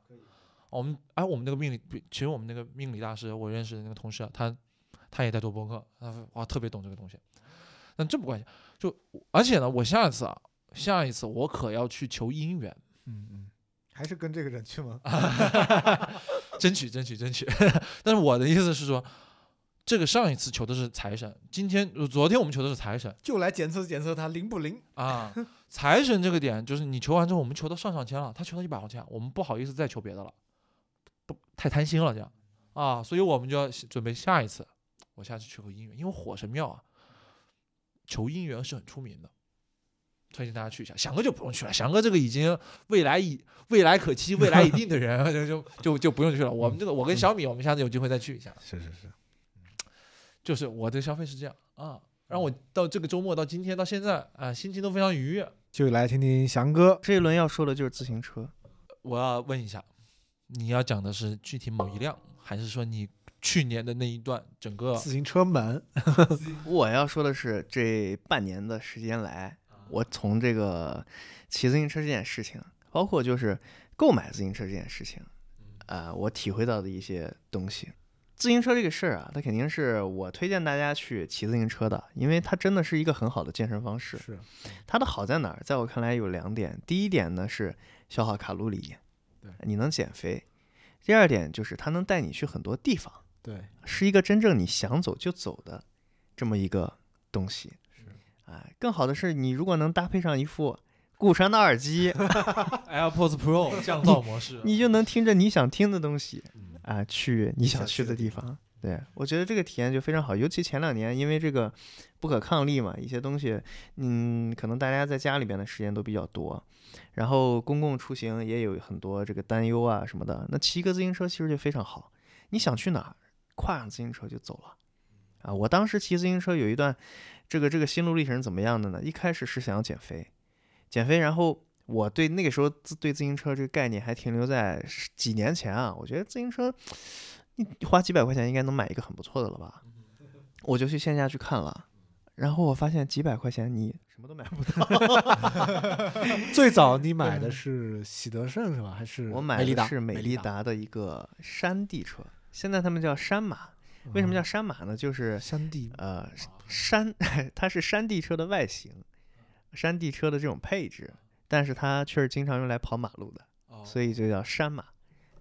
我们哎，我们那个命理，其实我们那个命理大师，我认识的那个同事啊，他他也在做播客，他哇特别懂这个东西。但这不关系，就而且呢，我下一次啊，下一次我可要去求姻缘。嗯嗯，还是跟这个人去吗？争取争取争取。 但是我的意思是说，这个上一次求的是财神，今天呃昨天我们求的是财神就来检测检测他灵不灵。啊。财神这个点就是你求完之后，我们求到上上签了，他求到一百块钱，我们不好意思再求别的了，不太贪心了这样啊，所以我们就要准备下一次，我下次去个姻缘，因为火神庙啊，求姻缘是很出名的。推荐大家去一下，翔哥就不用去了。翔哥这个已经未来已未来可期、未来已定的人， 就就就就不用去了。我们这个，我跟小米，我们下次有机会再去一下。是是是，就是我的消费是这样啊，让我到这个周末到今天到现在啊，心情都非常愉悦。就来听听翔哥。 这一轮要说的就是自行车，我要问一下，你要讲的是具体某一辆，还是说你去年的那一段整个自行车门，我要说的是这半年的时间来，我从这个骑自行车这件事情，包括就是购买自行车这件事情，呃，我体会到的一些东西。自行车这个事儿啊，它肯定是我推荐大家去骑自行车的，因为它真的是一个很好的健身方式。是它的好在哪儿？在我看来有两点，第一点呢是消耗卡路里对，你能减肥；第二点就是它能带你去很多地方，对，是一个真正你想走就走的这么一个东西。哎，更好的是你如果能搭配上一副骨传导耳 机， AirPods Pro 降噪模式？你就能听着你想听的东西嗯啊、去你想想去去的的地地方。对，我觉得这个体验就非常好，尤其前两年因为这个不可抗力嘛，一些东西，嗯，可能大家在家里边的时间都比较多，然后公共出行也有很多这个担忧啊什么的。那骑个自行车其实就非常好，你想去哪儿，跨上自行车就走了。啊，我当时骑自行车有一段，这个这个心路历程是怎么样的呢？一开始是想要减肥，减肥，然后我对那个时候自对自行车这个概念还停留在十几年前啊，我觉得自行车你花几百块钱应该能买一个很不错的了吧？我就去线下去看了，然后我发现几百块钱你什么都买不到，最早你买的是喜德盛是吧？还是我买利的达？是美美利利达的一个山地车，现在他们叫山马，为什么叫山马呢？就是山地？呃山， 它是山地车的外形，山地车的这种配置，但是它却是经常用来跑马路的。哦所以就叫山马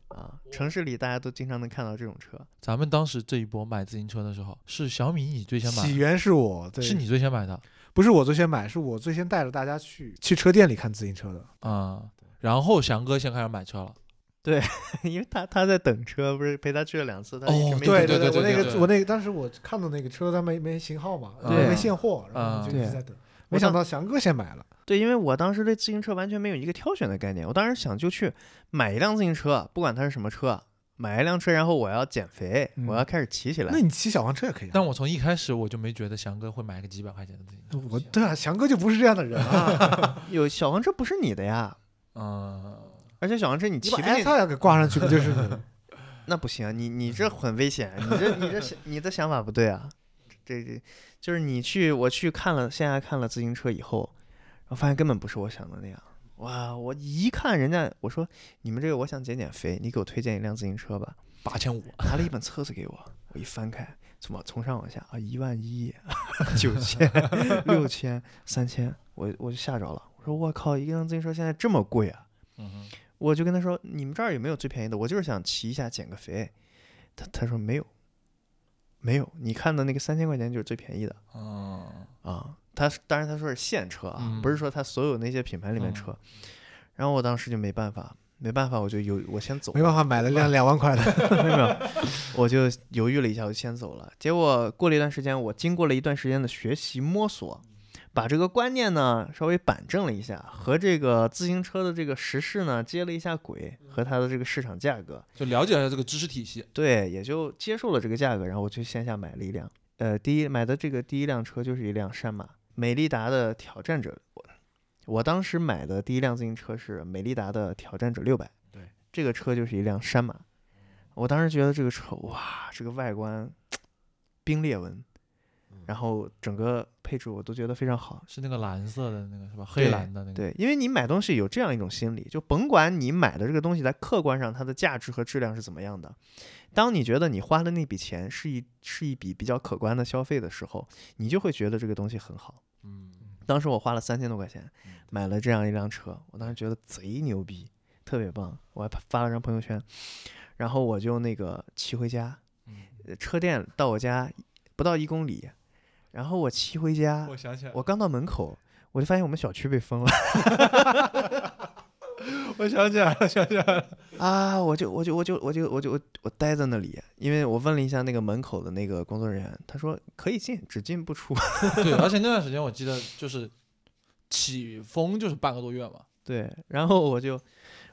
啊。城市里大家都经常能看到这种车， 咱们当时这一波买自行车的时候，是小米你最先买起的，源是我，对，是你最先买的不是我最先买，是我最先带着大家去去车店里看自行车的。啊。然后翔哥先开始买车了，因为他他在等车，不是陪他去了两次，他哦一直没对对对我对那对个我那个当时我看到那个车，它没没型号嘛，然后对没现货，然后就一对直在等。没想到翔哥先买了，对，因为我当时对自行车完全没有一个挑选的概念，我当时想就去买一辆自行车，不管它是什么车，买一辆车，然后我要减肥，嗯我要开始骑起来。那你骑小黄车也可以、啊。但我从一开始我就没觉得翔哥会买个几百块钱的自行车。我对啊，翔哥就不是这样的人 啊！有小黄车不是你的呀，嗯，而且小黄车你你骑把哎不 S 进，叉要给挂上去不 就是你吗？那不行，你你这很危险，你这你这你的想法不对啊，这这就是你去我去看了线下看了自行车以后，然后发现根本不是我想的那样。哇！我一看人家，我说你们这个我想减减肥，你给我推荐一辆自行车吧。八千五，拿了一本册子给我，我一翻开，从我从上往下啊，一万一、 九千、六千、三千，我我就吓着了。我说我靠，一辆自行车现在这么贵啊！嗯哼，我就跟他说，你们这儿有没有最便宜的？我就是想骑一下减个肥。他他说没有，没有，你看的那个三千块钱就是最便宜的嗯，啊。他当然他说是现车啊，嗯不是说他所有那些品牌里面车。然后我当时就没办法，没办法，我就有我先走了没办法，买了辆两万块的， 没有没有，我就犹豫了一下，我就先走了。结果过了一段时间，我经过了一段时间的学习摸索，把这个观念呢稍微板正了一下，和这个自行车的这个时势呢接了一下轨，和它的这个市场价格，就了解了这个知识体系。对，也就接受了这个价格。然后我去线下买了一辆，呃，第一买的这个第一辆车就是一辆山马美利达的挑战者。我我当时买的第一辆自行车是美利达的挑战者六百，对，这个车就是一辆山马。我当时觉得这个车，哇，这个外观，冰裂纹，然后整个配置我都觉得非常好。是那个蓝色的那个是吧？对黑蓝的那个。，对，因为你买东西有这样一种心理，就甭管你买的这个东西在客观上它的价值和质量是怎么样的，当你觉得你花的那笔钱是一是一笔比较可观的消费的时候，你就会觉得这个东西很好。嗯，当时我花了三千多块钱嗯买了这样一辆车，我当时觉得贼牛逼，特别棒，我还发发了张朋友圈，然后我就那个骑回家，嗯呃车店到我家不到一公里，然后我骑回家， 我想起来了，我刚到门口，我就发现我们小区被封了。我想起来了，想起 来了。啊，我就我就我就我就我就我我待在那里，因为我问了一下那个门口的那个工作人员，他说可以进，只进不出。 对，而且那段时间我记得就是起风就是半个多月嘛。对，然后我就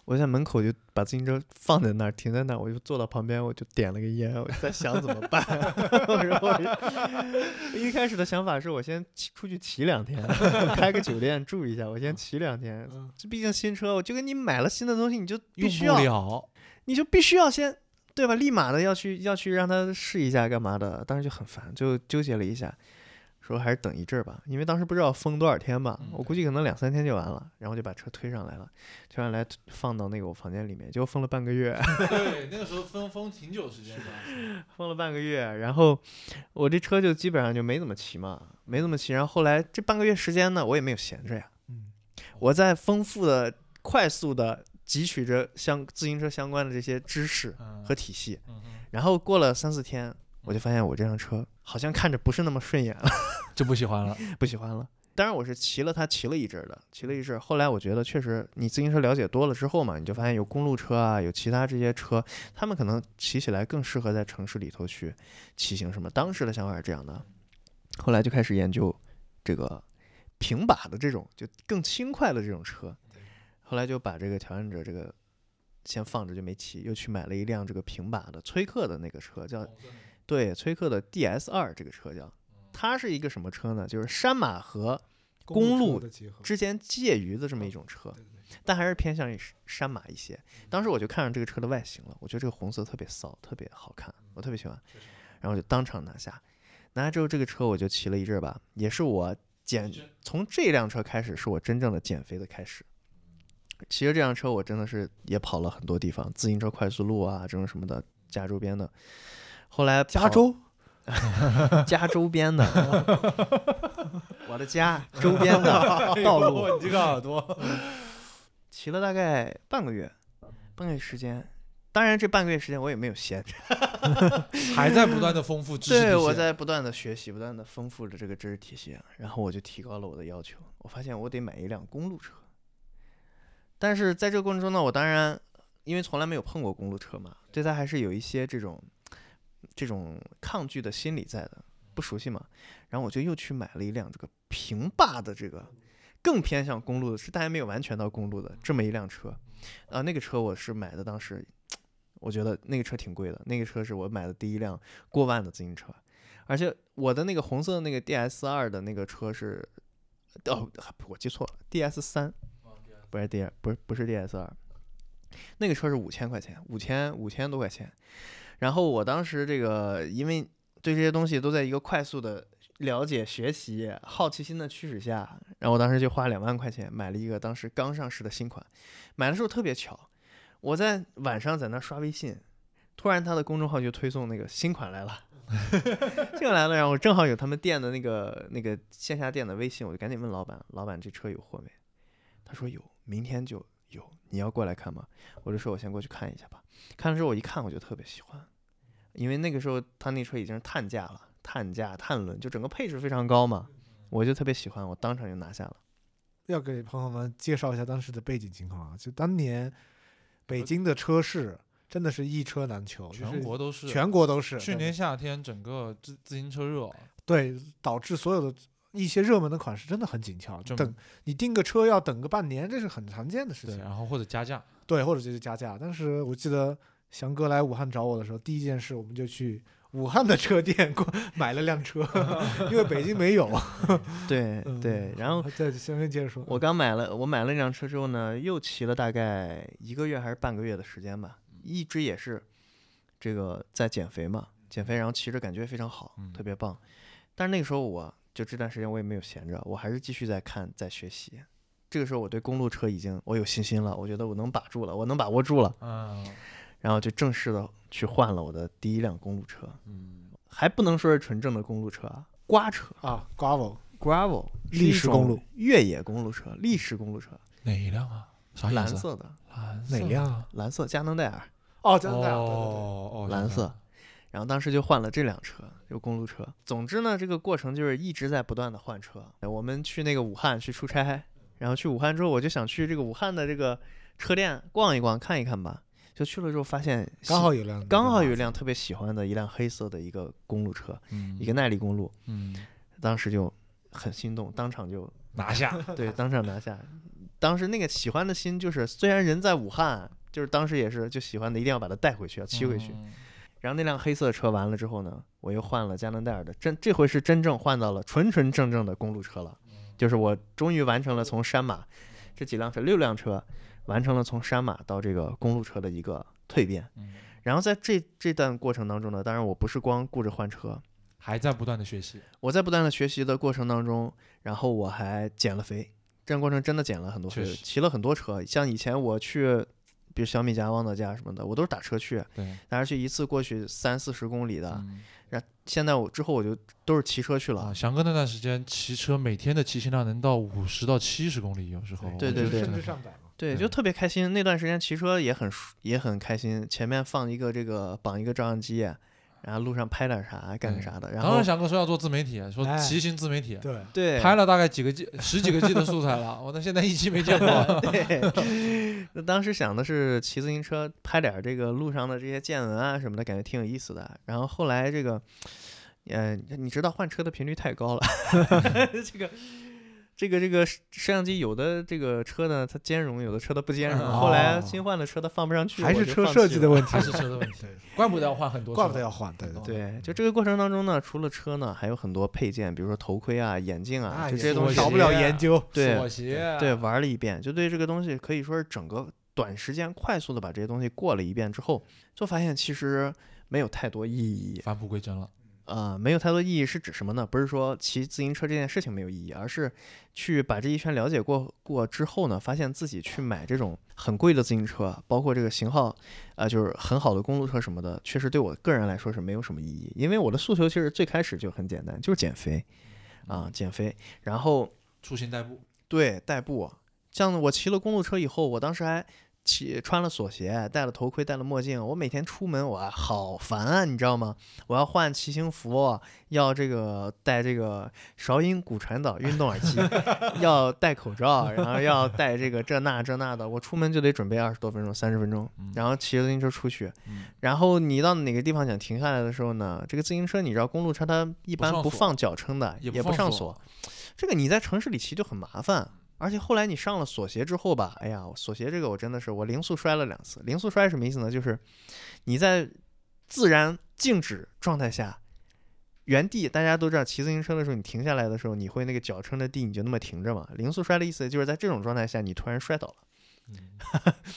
我在门口就把自行车放在那儿，停在那儿，我就坐到旁边，我就点了个烟，我就在想怎么办。 我说我说一开始的想法是我先骑出去骑两天， 开个酒店住一下，我先骑两天。这毕竟新车，我就跟你买了新的东西，你就必用须不要了，你就必须要先对吧？立马的要去要去让他试一下干嘛的，当时就很烦，就纠结了一下，说还是等一阵儿吧，因为当时不知道封多少天吧嗯，我估计可能两三天就完了，然后就把车推上来了，推上来放到那个我房间里面，结果封了半个月， 对，那个时候封封挺久时间的，封了半个月，然后我这车就基本上就没怎么骑嘛，没怎么骑，然后后来这半个月时间呢，我也没有闲着呀，嗯，我在丰富的、快速的汲取着相自行车相关的这些知识嗯和体系，嗯哼然后过了三四天，我就发现我这辆车好像看着不是那么顺眼了， 就不喜欢了。不喜欢了。当然我是骑了它骑了一阵儿的，骑了一阵儿。后来我觉得确实，你自行车了解多了之后嘛，你就发现有公路车啊，有其他这些车，他们可能骑起来更适合在城市里头去骑行什么。当时的想法是这样的，后来就开始研究这个平把的这种就更轻快的这种车。后来就把这个挑战者这个先放着就没骑，又去买了一辆这个平把的崔克的那个车，叫对，崔克的 DS 二这个车叫，它是一个什么车呢？就是山马和公路的结合，之间介于的这么一种车，但还是偏向于山马一些。当时我就看上这个车的外形了，我觉得这个红色特别骚，特别好看，我特别喜欢，然后就当场拿下。拿下之后，这个车我就骑了一阵儿吧，也是我减从这辆车开始，是我真正的减肥的开始。骑着这辆车，我真的是也跑了很多地方，自行车快速路啊，这种什么的，加州边的。后来加跑州家周边的，我的家周边的哎道路，你这个耳朵，骑了大概半个月，半个月时间。当然，这半个月时间我也没有闲着，还在不断的丰富知识体系。对我在不断的学习，不断的丰富着这个知识体系，啊然后我就提高了我的要求。我发现我得买一辆公路车，但是在这个过程中呢，我当然因为从来没有碰过公路车嘛，对它还是有一些这种这种抗拒的心理在的。不熟悉嘛，然后我就又去买了一辆这个平坝的这个更偏向公路的，是但还没有完全到公路的这么一辆车，啊，那个车我是买的，当时我觉得那个车挺贵的，那个车是我买的第一辆过万的自行车，而且我的那个红色的那个 DS 二的那个车是，哦，我记错了，DS 三，不是 D，不是不是 DS 二，那个车是五千块钱，五千五千多块钱。然后我当时这个因为对这些东西都在一个快速的了解、学习、好奇心的驱使下，然后我当时就花两万块钱买了一个当时刚上市的新款。买的时候特别巧，我在晚上在那刷微信，突然他的公众号就推送那个新款来了。 新款来了，然后我正好有他们店的那个那个线下店的微信，我就赶紧问老板，老板这车有货没？他说有，明天就有，你要过来看吗？我就说我先过去看一下吧。看了之后我一看我就特别喜欢，因为那个时候他那车已经是碳价了，碳价、碳轮，就整个配置非常高嘛，我就特别喜欢，我当场就拿下了。要给朋友们介绍一下当时的背景情况啊，就当年北京的车市真的是一车难求，就是全国都是。全国都是。去年夏天整个自自行车热，对，导致所有的一些热门的款式真的很紧俏，这么等你订个车要等个半年，这是很常见的事对，啊情。然后或者加价，对，或者就是加价。但是我记得翔哥来武汉找我的时候，第一件事我们就去武汉的车店过买了辆 车，因为北京没有。对嗯对，然后对，翔哥接着说，我刚买了，我买了那辆车之后呢，又骑了大概一个月还是半个月的时间吧，一直也是这个在减肥嘛，减肥然后骑着感觉非常好，嗯特别棒。但是那个时候我就这段时间我也没有闲着，我还是继续在看在学习。这个时候我对公路车已经我有信心了，我觉得我能把住了，我能把握住了，嗯然后就正式的去换了我的第一辆公路车，嗯，还不能说是纯正的公路车啊，刮车啊，Gravel gravel 是砾一石公种路越野公路车，砾石公路车，哪一辆啊？啥蓝颜色？色的。蓝色哪辆？啊？蓝色佳能戴尔，哦，加拿大，对对对。哦哦，蓝色。然后当时就换了这辆车，就公路车。总之呢，这个过程就是一直在不断的换车。我们去那个武汉去出差，然后去武汉之后，我就想去这个武汉的这个车店逛一逛，看一看吧。就去了之后发现喜，刚好有辆，刚好有一辆特别喜欢的一辆黑色的一个公路车，嗯一个耐力公路，嗯，当时就很心动，当场就拿下。对，当场拿下。当时那个喜欢的心就是，虽然人在武汉，就是当时也是就喜欢的，一定要把它带回去，要骑回去。嗯然后那辆黑色车完了之后呢，我又换了加能戴尔的，真这回是真正换到了纯纯正正的公路车了，就是我终于完成了从山马这几辆车六辆车完成了从山马到这个公路车的一个蜕变。嗯然后在这这段过程当中呢，当然我不是光顾着换车，还在不断的学习，我在不断的学习的过程当中，然后我还减了肥，这段过程真的减了很多肥确，实骑了很多车，像以前我去。比如小米家、旺仔家什么的，我都是打车去，对，打车去一次过去三四十公里的，嗯然后现在我之后我就都啊是骑车去了。啊，翔哥那段时间骑车，每天的骑行量能到五十到七十公里，有时候对我觉对得真对甚的至上百嘛。对，就特别开心。那段时间骑车也很舒也很开心，前面放一个这个绑一个照相机，然后路上拍点啥干点啥的。然当后然，翔哥说要做自媒体，啊说哎骑行自媒体，啊对，对拍了大概几个 G、十几个 G 的素材了， 我到现在一期没见 过。 对， 那当时想的是骑自行车拍点这个路上的这些见闻啊什么的，感觉挺有意思的。然后后来这个，呃，你知道换车的频率太高了， 这个。这个这个摄摄像机有的这个车呢，它兼容，有的车它不兼容。后来哦新换的车它放不上去，还我是就车放设计弃了的问题 还，是车的问题，怪不得要换很多车，怪不得要换。对对对，对，就这个过程当中呢，除了车呢，还有很多配件，比如说头盔啊、眼镜啊，哎就也这些是东我西，少不了研究。对锁鞋，啊对，玩了一遍，就对这个东西可以说是整个短时间快速的把这些东西过了一遍之后，就发现其实没有太多意义。返璞归真了。呃，没有太多意义是指什么呢？不是说骑自行车这件事情没有意义，而是去把这一圈了解过过之后呢，发现自己去买这种很贵的自行车，包括这个型号，呃，就是很好的公路车什么的，确实对我个人来说是没有什么意义，因为我的诉求其实最开始就很简单，就是减肥啊、减肥，然后出行代步，啊对代步。像我骑了公路车以后，我当时还骑穿了锁鞋，戴了头盔，戴了墨镜，我每天出门我啊好烦啊，你知道吗？我要换骑行服，要这个戴这个韶音骨传导运动耳机， 要戴口罩，然后要戴这个这那这那的，我出门就得准备二十多分钟、三十分钟嗯，然后骑着自行车出去，嗯然后你到哪个地方想停下来的时候呢，这个自行车你知道公路车它一不般上不锁放脚撑的，也也不放上锁锁，这个你在城市里骑就很麻烦。而且后来你上了锁鞋之后吧，哎呀，锁鞋这个我真的是我零速摔了两次。零速摔是什么意思呢？就是你在自然静止状态下，原地大家都知道骑自行车的时候，你停下来的时候，你会那个脚撑着地，你就那么停着嘛。零速摔的意思就是在这种状态下，你突然摔倒了。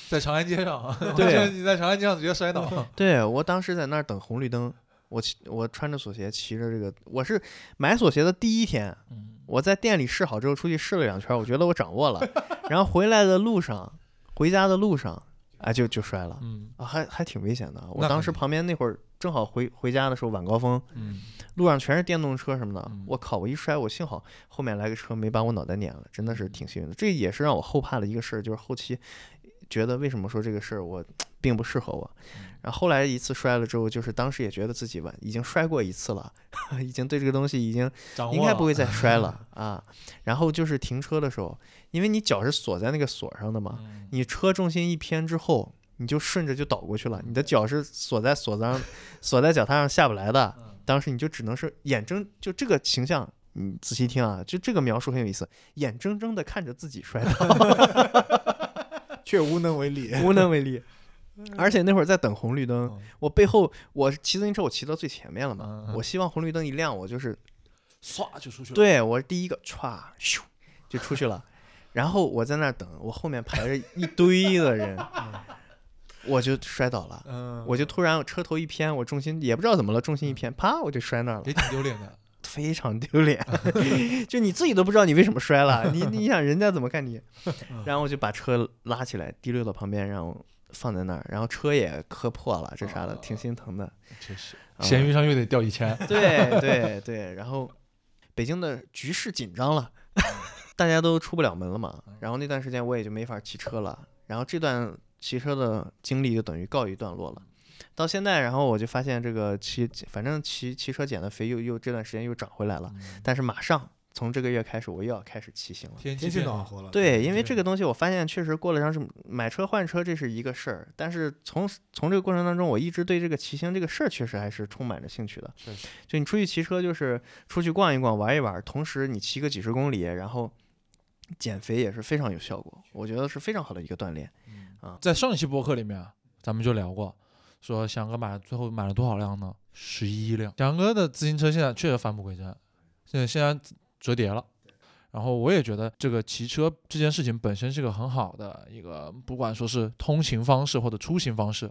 在长安街上，对 我觉得你在长安街上直接摔倒，对我当时在那儿等红绿灯，我骑我穿着锁鞋骑着这个，我是买锁鞋的第一天，嗯我在店里试好之后出去试了两圈，我觉得我掌握了，然后回来的路上，回家的路上，哎就就摔了嗯啊，还还挺危险的。我那当肯时定旁边那会儿正好回回家的时候晚高峰，嗯，路上全是电动车什么的嗯，我靠！我一摔，我幸好后面来个车没把我脑袋碾了，真的是嗯挺幸运的。这也是让我后怕的一个事儿，就是后期觉得为什么说这个事儿我并不适合我。嗯然后后来一次摔了之后，就是当时也觉得自己吧已经摔过一次了， 已经对这个东西已经掌握应该不了会再摔了啊。然后就是停车的时候，因为你脚是锁在那个锁上的嘛，嗯你车重心一偏之后，你就顺着就倒过去了，你的脚是锁在锁子上，锁在脚踏上下不来的。嗯当时你就只能是眼睁，就这个形象，你仔细听啊，就这个描述很有意思，眼睁睁的看着自己摔倒，却无能为力。无能 为力。 而且那会儿在等红绿灯，嗯我背后我骑自行车，我骑到最前面了嘛，嗯我希望红绿灯一亮，我就是唰就出去了，对我是第一个歘咻就出去了，然后我在那儿等，我后面排着一堆的人，我就摔倒了。嗯，我就突然车头一偏，我重心也不知道怎么了，重心一偏，啪我就摔那儿了，也挺丢脸的，非常丢脸。就你自己都不知道你为什么摔了，你你想人家怎么看你？然后我就把车拉起来，提溜到旁边，然后放在那儿，然后车也磕破了，这啥的，挺心疼的。真是啊闲鱼上又得掉一千，对对对，然后北京的局势紧张了， 大家都出不了门了嘛。然后那段时间我也就没法骑车了，然后这段骑车的经历就等于告一段落了。到现在，然后我就发现这个骑，反正骑骑车减的肥又又这段时间又涨回来了，但是马上从这个月开始我又要开始骑行了。天天气变暖化和了，对，因为对这个东西我发现确实过了长时买车换车这是一个事儿，但是从从这个过程当中，我一直对这个骑行这个事儿确实还是充满着兴趣的。确实，就你出去骑车，就是出去逛一逛、玩一玩，同时你骑个几十公里，然后减肥也是非常有效果，我觉得是非常好的一个锻炼。啊在上一期播客里面，啊咱们就聊过，说翔哥买了最后买了多少辆呢？十一辆。翔哥的自行车现在确实返璞归真，现在现在折叠了。然后我也觉得这个骑车这件事情本身是个很好的一个，不管说是通行方式或者出行方式，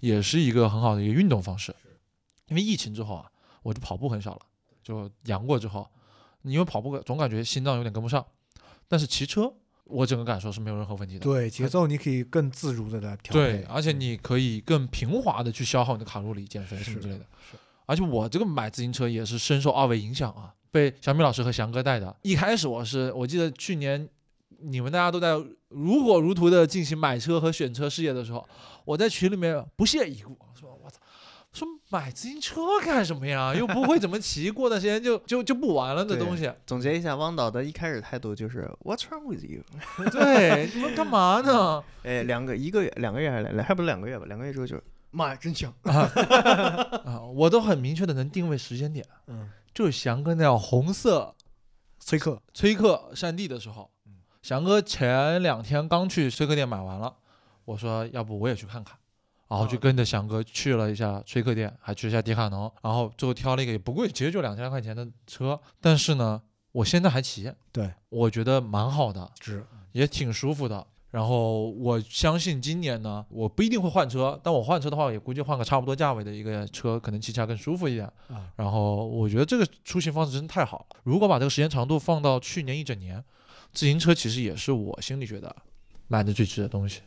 也是一个很好的一个运动方式。因为疫情之后啊，我就跑步很少了，就阳过之后，因为跑步总感觉心脏有点跟不上，但是骑车我整个感受是没有任何问题的。对节奏你可以更自如的来调配嗯对，，而且你可以更平滑的去消耗你的卡路里、减肥什是么之类的。是而且我这个买自行车也是深受二位影响啊，被小米老师和翔哥带的。一开始我是，我记得去年你们大家都在如火如荼的进行买车和选车事业的时候，我在群里面不屑一顾，说我操。说买自行车干什么呀？又不会怎么骑，过段时间就就就不玩了这对东西。总结一下，汪导的一开始态度就是 “What's wrong with you？” 对，你们干嘛呢？ 哎，两个一个月，两个月还是两，还不是两个月吧？两个月之后就是妈呀，真香！啊，我都很明确的能定位时间点，嗯，就是翔哥那样红色崔克崔克山地的时候，翔哥前两天刚去崔克店买完了，我说要不我也去看看，然后就跟着翔哥去了一下崔克店，还去了一下迪卡侬，然后最后挑了一个也不贵，其实就两千块钱的车，但是呢，我现在还骑，对，我觉得蛮好的，值，也挺舒服的。然后我相信今年呢，我不一定会换车，但我换车的话，也估计换个差不多价位的一个车，可能骑起来更舒服一点。啊然后我觉得这个出行方式真的太好了。如果把这个时间长度放到去年一整年，自行车其实也是我心里觉得买的最值的东西。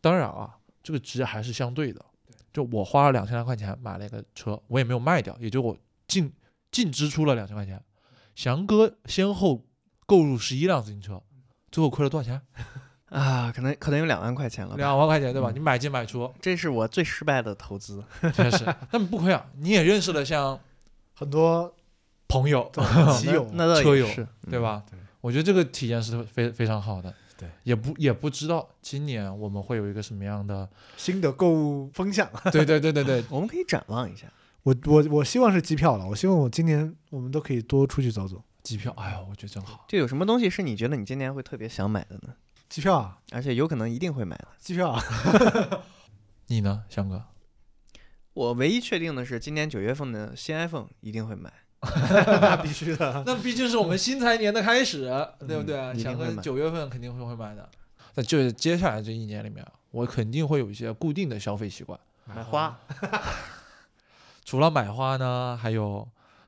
当然啊，这个值还是相对的。就我花了两千来块钱买了一个车，我也没有卖掉，也就我净净支出了两千块钱。翔哥先后购入十一辆自行车，最后亏了多少钱？ 啊，可能可能有两万块钱了吧。两万块钱对吧？嗯你买进买 出，这是我最失败的投资。确实，但不亏啊，你也认识了像很 多朋友，棋友那那倒车也友是，对嗯？吧？啊对我觉得这个体验是非非常好的。对，也不也不知道今年我们会有一个什么样的， 新的购物风向。啊对对对对 对，我们可以展望一下。我我我希望是机票了，我希望我今年我们都可以多出去走走。机票，哎呦，我觉得真好。就有什么东西是你觉得你今年会特别想买的呢？机票啊，而且有可能一定会买的。机票 啊，你呢，翔哥？我唯一确定的是，今年九月份的新 iPhone 一定会买。那必须 的。 那毕竟是我们新财年的开始，对不对啊？嗯一定翔会哥买九月份肯定会会买的。那就是接下来这一年里面，啊我肯定会有一些固定的消费习惯。买花，除了买花呢，还有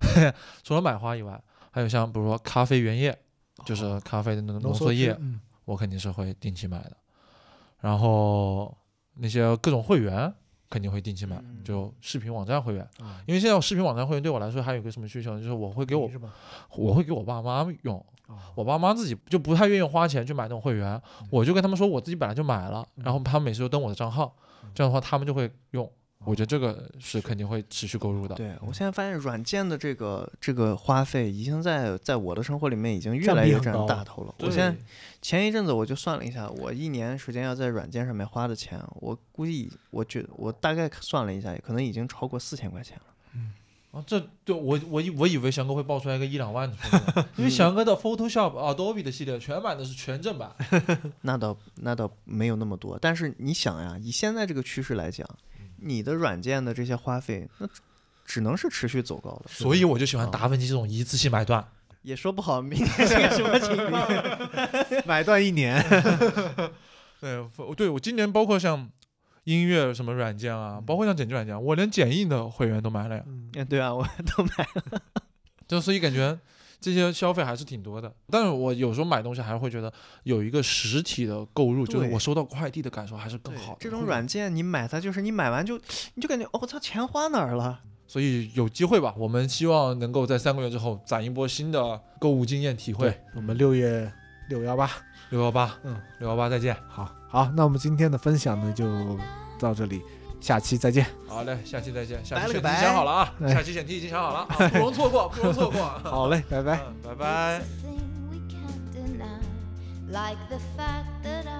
除了买花以外，还有像比如说咖啡原液，就是咖啡的那个浓缩液，嗯，我肯定是会定期买的。然后那些各种会员肯定会定期买，嗯就视频网站会员，啊因为现在视频网站会员对我来说还有一个什么需求呢，就是我会给我是吧？我会给我爸妈用，啊我爸妈自己就不太愿意花钱去买那种会员，我就跟他们说我自己本来就买了，嗯然后他们每次都登我的账号，这样的话他们就会用。我觉得这个是肯定会持续购入的。哦对我现在发现软件的这个这个花费已经在在我的生活里面已经越占来比越很占高大头了。我对现在前一阵子我就算了一下，我一年时间要在软件上面花的钱，我估计我觉我大概算了一下，可能已经超过四千块钱了。啊，这对我我以我以为翔哥会爆出来个一两万出来，因为嗯翔哥的 Photoshop、Adobe 的系列全买的是全正版，那倒那倒没有那么多，但是你想呀，以现在这个趋势来讲，你的软件的这些花费，那只只能是持续走高的。所以我就喜欢啊达芬奇这种一次性买断。也说不好明年是个什么情况。 买断一年，对，我对我今年包括像音乐什么软件啊，包括像剪辑软件啊，我连剪映的会员都买了呀，嗯嗯对啊，我都买。就所以感觉这些消费还是挺多的。但是我有时候买东西还会觉得有一个实体的购入，就是对我收到快递的感受还是更对好的。这种软件你买它就是你买完就你就感觉哦，操，钱花哪儿了？所以有机会吧，我们希望能够在三个月之后攒一波新的购物经验体会。对，我们六月六幺八，六幺八，嗯，六幺八再见。好好，那我们今天的分享呢就到这里，下期再见。好嘞，下期再见。下拜期了选个题拜想好了啊，哎下期选题已经想好了 啊，不容错过，不容错过。啊好嘞，拜拜。嗯，拜拜 It's a。thing we can't deny, like the fact that